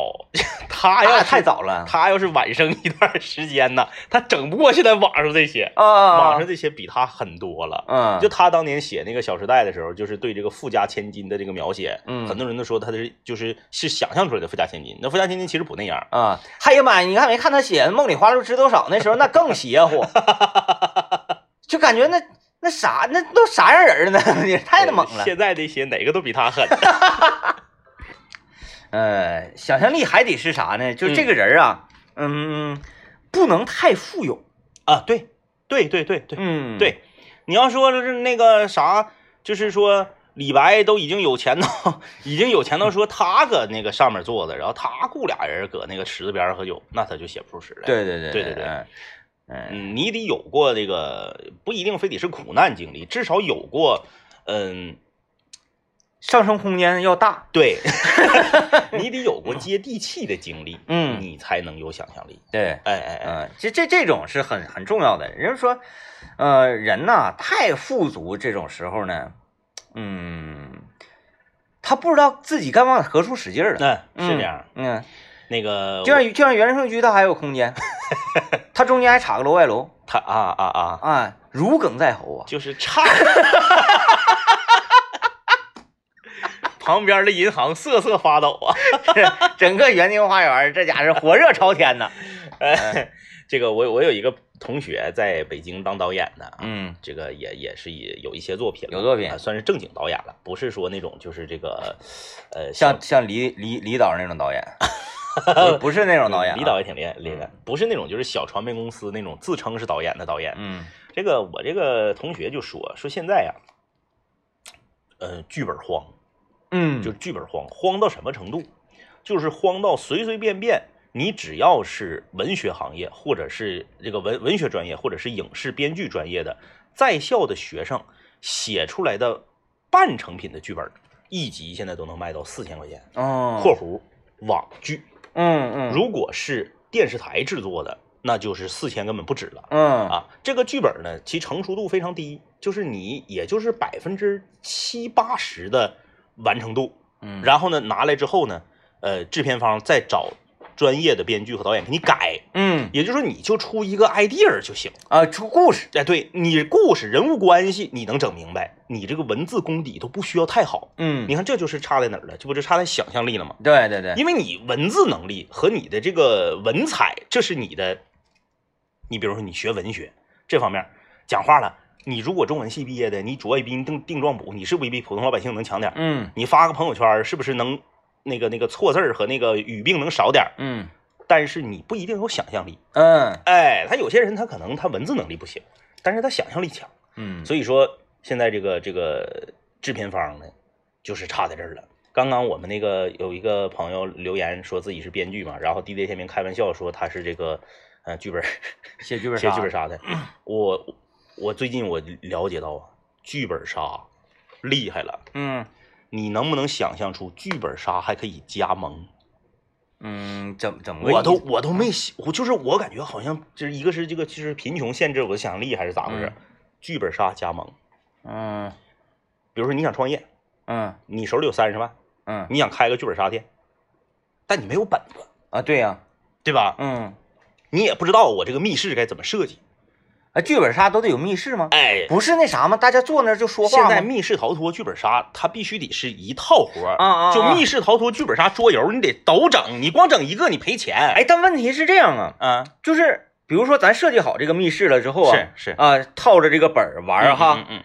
[SPEAKER 2] 他要
[SPEAKER 1] 那
[SPEAKER 2] 是
[SPEAKER 1] 太早了，啊
[SPEAKER 2] 他要是晚生一段时间呢，他整不过现在网上这些，
[SPEAKER 1] 啊啊
[SPEAKER 2] 网上这些比他狠多了。
[SPEAKER 1] 啊，
[SPEAKER 2] 就他当年写那个《小时代》的时候，就是对这个富家千金的这个描写，
[SPEAKER 1] 嗯
[SPEAKER 2] 很多人都说他是就是是想象出来的富家千金。那富家千金其实不那样，
[SPEAKER 1] 啊，哎呀妈呀！你看没看他写《梦里花落知多少》那时候，那更邪
[SPEAKER 2] <laughs>
[SPEAKER 1] 乎，就感觉那那啥，那都啥样人呢？ <laughs> 也太他猛了。
[SPEAKER 2] 现在这些哪个都比他
[SPEAKER 1] <laughs>
[SPEAKER 2] 狠。
[SPEAKER 1] 呃，想象力还得是啥呢？就这个人啊，嗯，不能太富有。
[SPEAKER 2] 啊，对，对对对对、
[SPEAKER 1] 嗯，，
[SPEAKER 2] 对，你要说是那个啥，就是说李白都已经有钱到， <laughs> 已经有钱到说他搁那个上面坐着，然后他雇俩人搁那个池子边儿喝酒，那他就写不出诗来。，
[SPEAKER 1] 对对对
[SPEAKER 2] 对对
[SPEAKER 1] 对
[SPEAKER 2] 对
[SPEAKER 1] 嗯嗯，
[SPEAKER 2] 嗯，你得有过这个，不一定非得是苦难经历，至少有过，嗯，
[SPEAKER 1] 上升空间要大。 <laughs>
[SPEAKER 2] 对，你得有过接地气的经历，
[SPEAKER 1] 嗯
[SPEAKER 2] 你才能有想象力。
[SPEAKER 1] 对，
[SPEAKER 2] 哎哎哎，
[SPEAKER 1] 嗯，这这这种是很很重要的。人家说，呃，人呐太富足这种时候呢，嗯，他不知道自己该往何处使劲儿了。
[SPEAKER 2] 那、是这样，
[SPEAKER 1] 嗯，
[SPEAKER 2] 那个
[SPEAKER 1] 嗯，就像就像袁胜居，他还有空
[SPEAKER 2] <laughs>
[SPEAKER 1] 间，他中间还插个楼外楼
[SPEAKER 2] 他啊啊啊，
[SPEAKER 1] 啊，如鲠在喉
[SPEAKER 2] <laughs>
[SPEAKER 1] 啊。
[SPEAKER 2] 就是差。旁边的银行瑟瑟发抖啊！
[SPEAKER 1] 整个园丁花园，这家是火热朝天呐。
[SPEAKER 2] 这个我我有一个同学在北京当导演的啊，
[SPEAKER 1] 嗯
[SPEAKER 2] 这个也也是也有一些作品了，
[SPEAKER 1] 有作品
[SPEAKER 2] 啊算是正经导演了，不是说那种就是这个，呃，
[SPEAKER 1] 像像李李李导那种导
[SPEAKER 2] <laughs>
[SPEAKER 1] 演，不不是那种导演、啊，
[SPEAKER 2] 嗯李导，也挺厉害，厉害，不是那种就是小传媒公司那种自称是导演的导演。
[SPEAKER 1] 嗯
[SPEAKER 2] 这个我这个同学就说说现在呀、呃，剧本荒，
[SPEAKER 1] 嗯，
[SPEAKER 2] 就是剧本荒，荒到什么程度？就是荒到随随便便，你只要是文学行业，或者是这个文文学专业，或者是影视编剧专业的在校的学生写出来的半成品的剧本，一集现在都能卖到四千块钱。
[SPEAKER 1] 哦，
[SPEAKER 2] （括弧网剧）
[SPEAKER 1] 嗯嗯，
[SPEAKER 2] 如果是电视台制作的，那就是四千根本不止了。
[SPEAKER 1] 嗯
[SPEAKER 2] 啊，这个剧本呢，其成熟度非常低，就是你也就是百分之七八十的完成度，
[SPEAKER 1] 嗯，
[SPEAKER 2] 然后呢，拿来之后呢，呃，制片方再找专业的编剧和导演给你改，
[SPEAKER 1] 嗯
[SPEAKER 2] 也就是说你就出一个 idea 就行。
[SPEAKER 1] 啊，出故事，
[SPEAKER 2] 哎，对你故事、人物关系你能整明白，你这个文字功底都不需要太好。
[SPEAKER 1] 嗯
[SPEAKER 2] 你，看这就是差在哪儿了，这不就差在想象力了吗？
[SPEAKER 1] 对对对，
[SPEAKER 2] 因为你文字能力和你的这个文采，这是你的，你比如说你学文学这方面讲话了，你如果中文系毕业的，你左一笔定定状补，你是不是比普通老百姓能强点儿？
[SPEAKER 1] 嗯
[SPEAKER 2] 你发个朋友圈儿是不是能那个那个错字儿和那个语病能少点儿，
[SPEAKER 1] 嗯
[SPEAKER 2] 但是你不一定有想象力。
[SPEAKER 1] 嗯
[SPEAKER 2] 哎，他有些人他可能他文字能力不行，但是他想象力强。
[SPEAKER 1] 嗯，
[SPEAKER 2] 所以说现在这个这个制片方呢，就是差在这儿了。刚刚我们那个有一个朋友留言说自己是编剧嘛，然后 DJ 天明开玩笑说他是这个呃剧本
[SPEAKER 1] 写剧本
[SPEAKER 2] 写剧本
[SPEAKER 1] 杀，
[SPEAKER 2] 杀的。我我最近我了解到啊，剧本杀厉害了。
[SPEAKER 1] 嗯
[SPEAKER 2] 你能不能想象出剧本杀还可以加盟？
[SPEAKER 1] 嗯，怎么怎么个意思？
[SPEAKER 2] 我都我
[SPEAKER 1] 啊
[SPEAKER 2] 都没想，我就是我感觉好像就是一个是这个就是贫穷限制我的想象力还是咋回事？
[SPEAKER 1] 嗯
[SPEAKER 2] 剧本杀加盟，
[SPEAKER 1] 嗯
[SPEAKER 2] 比如说你想创业，
[SPEAKER 1] 嗯
[SPEAKER 2] 你手里有三十万，
[SPEAKER 1] 嗯
[SPEAKER 2] 你想开个剧本杀店，但你没有本子，
[SPEAKER 1] 啊，对呀，
[SPEAKER 2] 对吧？
[SPEAKER 1] 嗯，
[SPEAKER 2] 你也不知道我这个密室该怎么设计。
[SPEAKER 1] 啊，剧本杀都得有密室吗？
[SPEAKER 2] 哎，
[SPEAKER 1] 不是那啥吗？大家坐那儿就说
[SPEAKER 2] 现
[SPEAKER 1] 话
[SPEAKER 2] 在
[SPEAKER 1] 吗？
[SPEAKER 2] 密室逃脱、剧本杀，它必须得是一套活
[SPEAKER 1] 啊
[SPEAKER 2] 儿。
[SPEAKER 1] 啊啊
[SPEAKER 2] 就密室逃脱、剧本杀、桌游，你得都整，你光整一个你赔钱。哎，
[SPEAKER 1] 哎，但问题是这样啊，
[SPEAKER 2] 啊，
[SPEAKER 1] 就是比如说咱设计好这个密室了之后啊，
[SPEAKER 2] 是是
[SPEAKER 1] 啊，套着这个本儿玩儿哈，
[SPEAKER 2] 嗯嗯嗯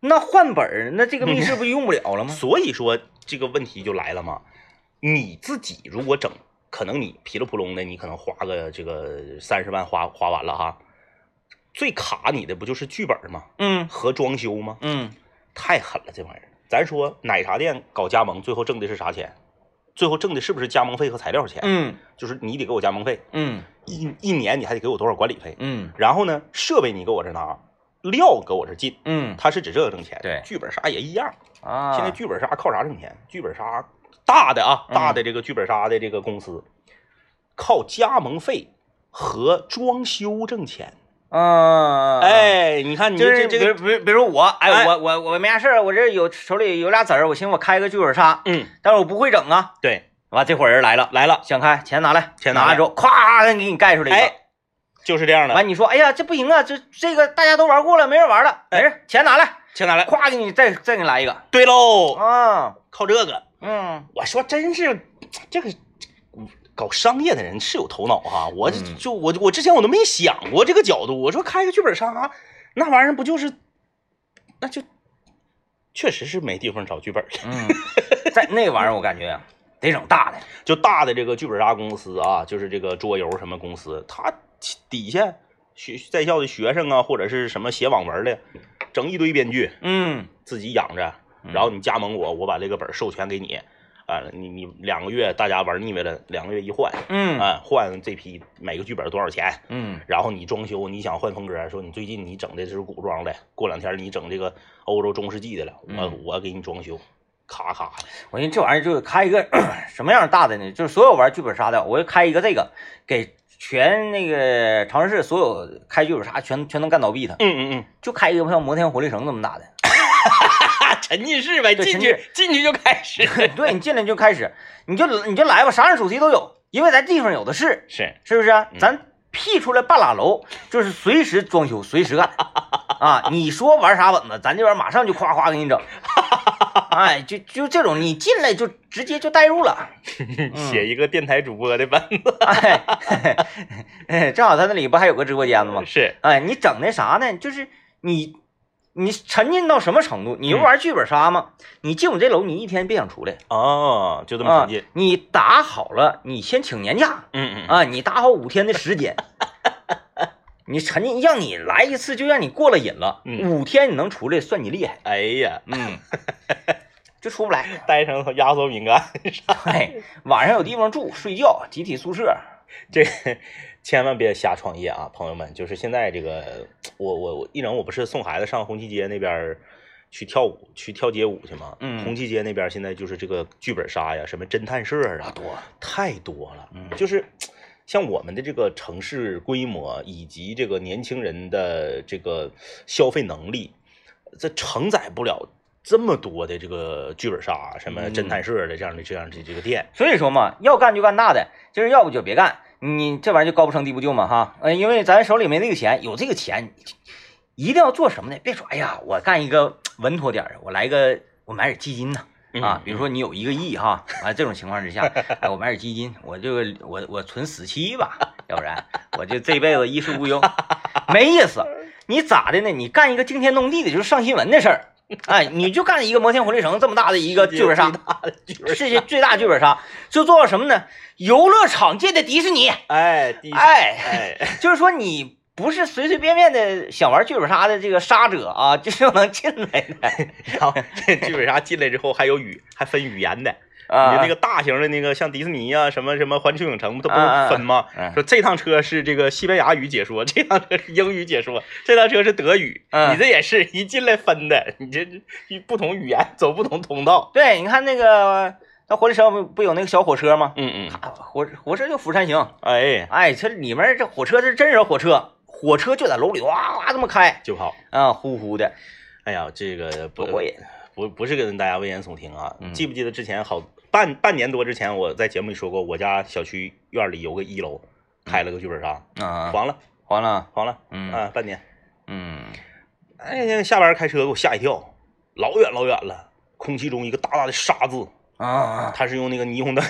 [SPEAKER 1] 那换本儿，那这个密室不就用不了了吗？
[SPEAKER 2] 所以说这个问题就来了嘛，你自己如果整，可能你噼里扑隆的，你可能花个这个三十万花花完了哈，最卡你的不就是剧本吗？
[SPEAKER 1] 嗯
[SPEAKER 2] 和装修吗？
[SPEAKER 1] 嗯，
[SPEAKER 2] 太狠了，这玩意儿。咱说奶茶店搞加盟，最后挣的是啥钱？最后挣的是不是加盟费和材料钱？
[SPEAKER 1] 嗯
[SPEAKER 2] 就是你得给我加盟费，
[SPEAKER 1] 嗯
[SPEAKER 2] 一一年你还得给我多少管理费？
[SPEAKER 1] 嗯
[SPEAKER 2] 然后呢，设备你给我这拿，料给我这进，
[SPEAKER 1] 嗯
[SPEAKER 2] 他是指这个挣钱。
[SPEAKER 1] 对
[SPEAKER 2] 剧本杀也一样。
[SPEAKER 1] 啊，
[SPEAKER 2] 现在剧本杀靠啥挣钱？剧本杀大的啊，
[SPEAKER 1] 嗯
[SPEAKER 2] 大的这个剧本杀的这个公司，靠加盟费和装修挣钱。
[SPEAKER 1] 啊，。
[SPEAKER 2] 哎，你看你
[SPEAKER 1] 就
[SPEAKER 2] 这
[SPEAKER 1] 是
[SPEAKER 2] 这这个，
[SPEAKER 1] 比如比如比如我，哎，
[SPEAKER 2] 哎
[SPEAKER 1] 我我我没啥事儿，我这有手里有俩子儿，我寻思我开个剧本杀，
[SPEAKER 2] 嗯，
[SPEAKER 1] 但是我不会整啊。
[SPEAKER 2] 对，
[SPEAKER 1] 完，这伙人来了，
[SPEAKER 2] 来了，
[SPEAKER 1] 想开，钱拿来，
[SPEAKER 2] 钱拿
[SPEAKER 1] 拿
[SPEAKER 2] 来
[SPEAKER 1] 来之后，咵，给你盖出来一个。
[SPEAKER 2] 哎，就是这样的。
[SPEAKER 1] 完，你说，哎呀，这不行啊，这这个大家都玩过了，没人玩了，没事，钱拿来，
[SPEAKER 2] 钱拿来。
[SPEAKER 1] 咵，给你再再给你来一个。
[SPEAKER 2] 对喽，
[SPEAKER 1] 啊，
[SPEAKER 2] 靠这个，
[SPEAKER 1] 嗯，
[SPEAKER 2] 我说真是这个搞商业的人是有头脑哈。我
[SPEAKER 1] 嗯
[SPEAKER 2] 就我我之前我都没想过这个角度。我说开个剧本杀，那玩意儿不就是，那就确实是没地方找剧本了。
[SPEAKER 1] 嗯， <laughs> 在那玩意儿我感觉啊得整大的，
[SPEAKER 2] 就大的这个剧本杀公司啊，就是这个桌游什么公司，它其底下学在校的学生啊，或者是什么写网文的，整一堆编剧
[SPEAKER 1] 嗯
[SPEAKER 2] 自己养着，
[SPEAKER 1] 嗯
[SPEAKER 2] 然后你加盟我，我把这个本儿授权给你，啊、你你两个月大家玩腻歪了，两个月一换，啊、
[SPEAKER 1] 嗯
[SPEAKER 2] 换这批每个剧本多少钱？
[SPEAKER 1] 嗯
[SPEAKER 2] 然后你装修，你想换风格，说你最近你整的是古装的，过两天你整这个欧洲中世纪的了，我
[SPEAKER 1] 嗯
[SPEAKER 2] 我给你装修，咔咔的，
[SPEAKER 1] 我寻思这玩意儿就是开一个 <coughs> 什么样大的呢？就是所有玩剧本杀的，我就开一个这个，给全那个长春市所有开剧本杀全全能干倒闭他，
[SPEAKER 2] 嗯嗯嗯。
[SPEAKER 1] 就开一个像摩天活力城这么 <laughs> 大的。
[SPEAKER 2] 沉浸式呗，
[SPEAKER 1] 对
[SPEAKER 2] 进
[SPEAKER 1] 沉
[SPEAKER 2] 去
[SPEAKER 1] 浸
[SPEAKER 2] 进去就开始。
[SPEAKER 1] 对你进来就开始，你就你就来吧，啥样主题都有，因为咱地方有的是，
[SPEAKER 2] <laughs> 是，
[SPEAKER 1] 是不是、
[SPEAKER 2] 嗯
[SPEAKER 1] 咱辟出来半拉楼，就是随时装修，随时干啊！你说玩啥本子，咱这边马上就夸夸给你整。 <laughs> 哎，就就这种，你进来就直接就带入了。
[SPEAKER 2] 写一个电台主播的本子。
[SPEAKER 1] 哎， <laughs> 哎正好他那里不还有个直播间吗？
[SPEAKER 2] <laughs> 是，
[SPEAKER 1] 哎，你整那啥呢？就是你你沉浸到什么程度？你
[SPEAKER 2] 嗯
[SPEAKER 1] 不玩剧本杀吗？你进我这楼，你一天别想出来。
[SPEAKER 2] 哦，就这么
[SPEAKER 1] 啊
[SPEAKER 2] 沉浸。，
[SPEAKER 1] 你打好了，你先请年假
[SPEAKER 2] 嗯嗯嗯，
[SPEAKER 1] 啊，你打好五天的时间，你沉浸，让你来一次就让你过了瘾了，
[SPEAKER 2] 嗯
[SPEAKER 1] 五天你能出来算你厉害，
[SPEAKER 2] 哎呀，
[SPEAKER 1] 嗯，就出不
[SPEAKER 2] <laughs>
[SPEAKER 1] 来。
[SPEAKER 2] 带上压缩饼干， <laughs>
[SPEAKER 1] 哎，晚上有地方住，睡觉，集体宿舍，
[SPEAKER 2] 这个千万别瞎创业啊，朋友们！就是现在这个，我我我一整，我不是送孩子上红旗街那边儿去跳舞，去跳街舞去吗？
[SPEAKER 1] 嗯
[SPEAKER 2] 红旗街那边儿现在就是这个剧本杀呀，什么侦探社啊，
[SPEAKER 1] 多，
[SPEAKER 2] 太多了，
[SPEAKER 1] 嗯
[SPEAKER 2] 就是像我们的这个城市规模以及这个年轻人的这个消费能力，这承载不了这么多的这个剧本杀、啊什么
[SPEAKER 1] 嗯
[SPEAKER 2] 侦探社的这样的这样的这个店。
[SPEAKER 1] 所以说嘛，要干就干大的，就是要不就别干，你这玩意儿就高不成低不就嘛哈，呃，因为咱手里没那个钱，有这个钱，一定要做什么呢？别说哎呀，我干一个稳妥点儿，我来个我买点基金呐。
[SPEAKER 2] 嗯
[SPEAKER 1] 啊，比如说你有一个亿哈，啊这种情况之
[SPEAKER 2] <laughs>
[SPEAKER 1] 下，哎，我买点基金，我就我我存死期吧，要不然我就这辈子衣食无忧，没意思。你咋的呢？你干一个惊天动地的，就是上新闻的事儿，哎，你就干一个《摩天魂力城》这么大的一
[SPEAKER 2] <laughs>
[SPEAKER 1] 个剧本杀，
[SPEAKER 2] 大的剧本
[SPEAKER 1] 世界最大剧本杀，就做到什么呢？游乐场界的迪士尼，
[SPEAKER 2] 哎，第一
[SPEAKER 1] 哎，
[SPEAKER 2] 哎，
[SPEAKER 1] 就是说你不是随随便便的想玩剧本杀的这个杀者啊， <laughs> 就是能进来
[SPEAKER 2] <laughs>
[SPEAKER 1] 的
[SPEAKER 2] <laughs> 然后这剧本杀进来之后还有语，还分语言的。
[SPEAKER 1] 啊。
[SPEAKER 2] 你那个大型的那个像迪士尼啊，什么什么环球影城，它不
[SPEAKER 1] 啊啊
[SPEAKER 2] 是分吗？
[SPEAKER 1] 嗯
[SPEAKER 2] 说这趟车是这个西班牙语解说， <laughs> 这趟车是英语解说，这趟车是德语。
[SPEAKER 1] 嗯
[SPEAKER 2] 你这也是一进来分的，你这这不同语言走不同通道。
[SPEAKER 1] 对，你看那个那火车上不不有那个小火车吗？
[SPEAKER 2] 嗯嗯，
[SPEAKER 1] 啊火火车就釜山行，
[SPEAKER 2] 哎，
[SPEAKER 1] 哎，这里面这火车这真是火车，火车就在楼里哇哇这么开
[SPEAKER 2] 就好。
[SPEAKER 1] 啊，呼呼的，
[SPEAKER 2] 哎呀，这个不
[SPEAKER 1] 多过瘾！
[SPEAKER 2] 不不是跟大家危言耸听啊。
[SPEAKER 1] 嗯
[SPEAKER 2] 记不记得之前好半半年多之前，我在节目里说过，我家小区院里有个一楼开了个剧本杀，
[SPEAKER 1] 啊，
[SPEAKER 2] 黄了
[SPEAKER 1] 黄了，
[SPEAKER 2] 黄了，
[SPEAKER 1] 嗯
[SPEAKER 2] 啊，半年。
[SPEAKER 1] 嗯，
[SPEAKER 2] 哎呀，下班开车给我吓一跳，老远老远了，空气中一个大大的“沙”字，
[SPEAKER 1] 啊，
[SPEAKER 2] 它是用那个霓虹灯。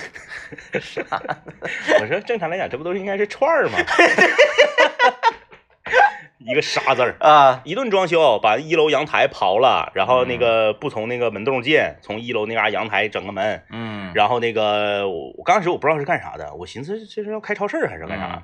[SPEAKER 2] 我说正常来讲，这不都是应该是串儿吗？一个“沙”字儿。
[SPEAKER 1] 啊，
[SPEAKER 2] 一顿装修，把一楼阳台刨了，然后那个不从那个门洞进，从一楼那嘎阳台整个门，
[SPEAKER 1] 嗯，
[SPEAKER 2] 然后那个我我刚开始我不知道是干啥的，我寻思这是要开超市还是干啥，
[SPEAKER 1] 嗯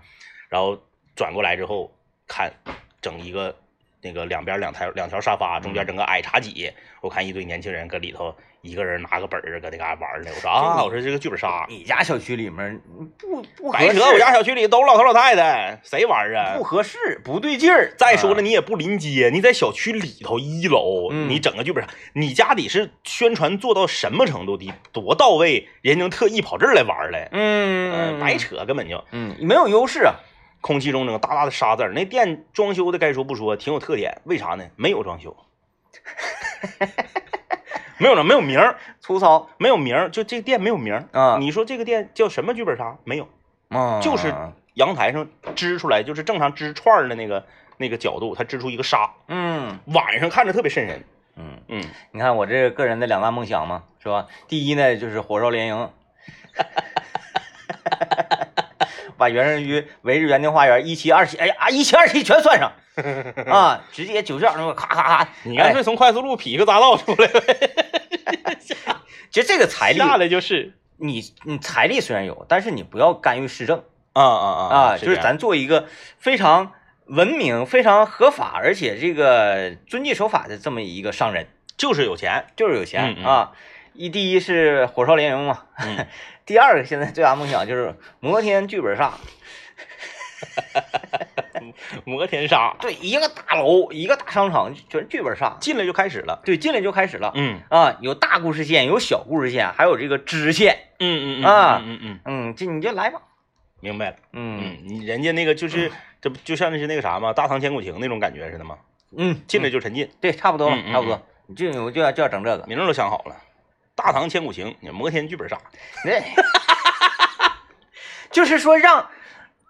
[SPEAKER 2] 然后转过来之后看整一个那个两边两条两条沙发，
[SPEAKER 1] 嗯
[SPEAKER 2] 中间整个矮茶几，我看一堆年轻人搁里头一个人拿个本儿搁那嘎玩呢，我说啊，我说这个剧本杀，
[SPEAKER 1] 你家小区里面不不合
[SPEAKER 2] 白
[SPEAKER 1] 适，
[SPEAKER 2] 扯，我家小区里都老头老太太，谁玩儿啊
[SPEAKER 1] 不？合适，不对劲儿。
[SPEAKER 2] 再说了，
[SPEAKER 1] 啊，
[SPEAKER 2] 你也不临街，你在小区里头一楼，
[SPEAKER 1] 嗯
[SPEAKER 2] 你整个剧本杀，你家底是宣传做到什么程度的，多到位，人能特意跑这儿来玩儿来，
[SPEAKER 1] 嗯，
[SPEAKER 2] 呃白，扯，根本就
[SPEAKER 1] 嗯，没有优势啊，
[SPEAKER 2] 空气中整个大大的沙字儿。那店装修的该说不说，挺有特点，为啥呢？没有装 <laughs> 修，没有了，没有名儿，
[SPEAKER 1] 粗糙
[SPEAKER 2] 没有名儿，就这个店没有名儿。
[SPEAKER 1] 啊，
[SPEAKER 2] 你说这个店叫什么剧本杀？没有，
[SPEAKER 1] 啊
[SPEAKER 2] 就是阳台上支出来，就是正常支串儿的那个那个角度，它支出一个沙，
[SPEAKER 1] 嗯
[SPEAKER 2] 晚上看着特别瘆人。
[SPEAKER 1] 嗯，
[SPEAKER 2] 嗯。
[SPEAKER 1] 你看我这个人的两大梦想嘛，是吧？第一呢就是火烧连营， <laughs> 把原生于围着园丁花园一期、二期，哎呀啊，一期、二期全算 <laughs> 上啊，直接九巷那么咔咔咔，哎
[SPEAKER 2] 你干脆从快速路劈个匝道出来呗，
[SPEAKER 1] 其实这个财力，
[SPEAKER 2] <laughs> 下来就是
[SPEAKER 1] 你你财力虽然有，但是你不要干预市政
[SPEAKER 2] 啊啊
[SPEAKER 1] 啊，就
[SPEAKER 2] 这
[SPEAKER 1] 是
[SPEAKER 2] 样
[SPEAKER 1] 咱做一个非常文明、非常合法，而且这个遵纪守法的这么一个商人，
[SPEAKER 2] 就是有钱，
[SPEAKER 1] 就是有钱、
[SPEAKER 2] 嗯嗯
[SPEAKER 1] 啊。一第一是火烧连营嘛，
[SPEAKER 2] 嗯
[SPEAKER 1] <laughs> 第二个现在最大梦想就是摩天剧本杀，
[SPEAKER 2] 摩天杀
[SPEAKER 1] 对，一个大楼，一个大商场，全是剧本杀，
[SPEAKER 2] 进来就开始了，
[SPEAKER 1] 对，进来就开始了。
[SPEAKER 2] 嗯
[SPEAKER 1] 啊，有大故事线，有小故事线，还有这个支线。
[SPEAKER 2] 嗯嗯
[SPEAKER 1] 啊
[SPEAKER 2] 嗯嗯嗯，
[SPEAKER 1] 嗯，这你就来吧。
[SPEAKER 2] 明白了，
[SPEAKER 1] 嗯
[SPEAKER 2] 嗯，你人家那个就是这不就像是那个啥嘛，大唐千古情那种感觉似的嘛，
[SPEAKER 1] 嗯，
[SPEAKER 2] 进来就沉浸，
[SPEAKER 1] 对，差不多吧，
[SPEAKER 2] 嗯嗯
[SPEAKER 1] 差不多。你就有就要就要整这个，
[SPEAKER 2] 名儿都想好了，大唐千古情，你摩天剧本杀，
[SPEAKER 1] 对， <laughs> 就是说让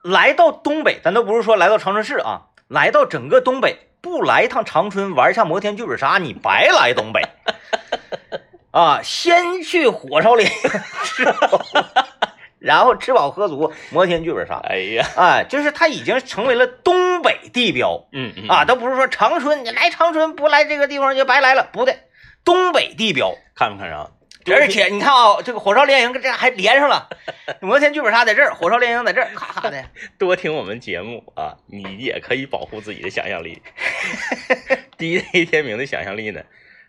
[SPEAKER 1] 来到东北，咱都不是说来到长春市啊，来到整个东北，不来一趟长春玩一下摩天剧本杀，你白来东北 <laughs> 啊！先去火烧连，吃饱然后吃饱喝足，摩天剧本杀，
[SPEAKER 2] 哎呀，
[SPEAKER 1] 哎，就是它已经成为了东北地标
[SPEAKER 2] 嗯嗯
[SPEAKER 1] 啊，，都不是说长春，你来长春不来这个地方就白来了，不对，东北地标。
[SPEAKER 2] 看没看着？啊
[SPEAKER 1] 而且你看啊、这个火烧连营跟这还连上了，摩天剧本杀在这儿，火烧连营在这儿，咔咔的。
[SPEAKER 2] 多听我们节目啊，你也可以保护自己的想象力。DJ <laughs> 天明的想象力呢，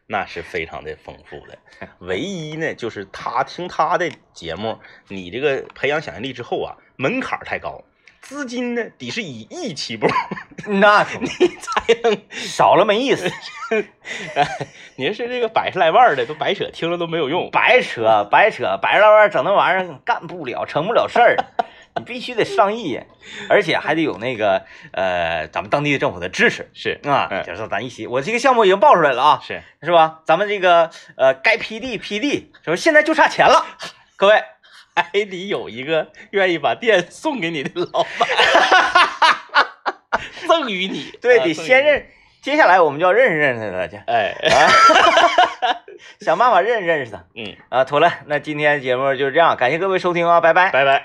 [SPEAKER 2] 那是非常的丰富 <laughs> 的。唯一呢，就是他听他的节目，你这个培养想象力之后啊，门槛儿太高，资金呢得是以亿起步，
[SPEAKER 1] <laughs> 那 <laughs>
[SPEAKER 2] 你才能。
[SPEAKER 1] 少了没意思，
[SPEAKER 2] 您是这个百十来万儿的，都白扯，听了都没有
[SPEAKER 1] <laughs>
[SPEAKER 2] 用。
[SPEAKER 1] 白扯白扯，白老板整那玩意儿干不了，成不了事 <laughs> 儿，你必须得上亿，而且还得有那个呃咱们当地政府的支持
[SPEAKER 2] 是
[SPEAKER 1] 啊，
[SPEAKER 2] 嗯
[SPEAKER 1] 就是咱一起，我这个项目已经报出来了啊，
[SPEAKER 2] 是，
[SPEAKER 1] 是吧？咱们这个呃该批地批地，就是现在就差钱 <laughs> 了，各位。
[SPEAKER 2] <laughs> 还得有一个愿意把店送给你的老
[SPEAKER 1] <laughs>
[SPEAKER 2] 板，赠与你。
[SPEAKER 1] 对，
[SPEAKER 2] 啊
[SPEAKER 1] 得
[SPEAKER 2] 赠与
[SPEAKER 1] 先
[SPEAKER 2] 你
[SPEAKER 1] 认，接下来我们就要认识认识他去。
[SPEAKER 2] 哎，
[SPEAKER 1] 想办法认识认识他
[SPEAKER 2] 嗯，
[SPEAKER 1] 啊。妥了，那今天节目就是这样，感谢各位收听啊，拜拜。
[SPEAKER 2] 拜拜。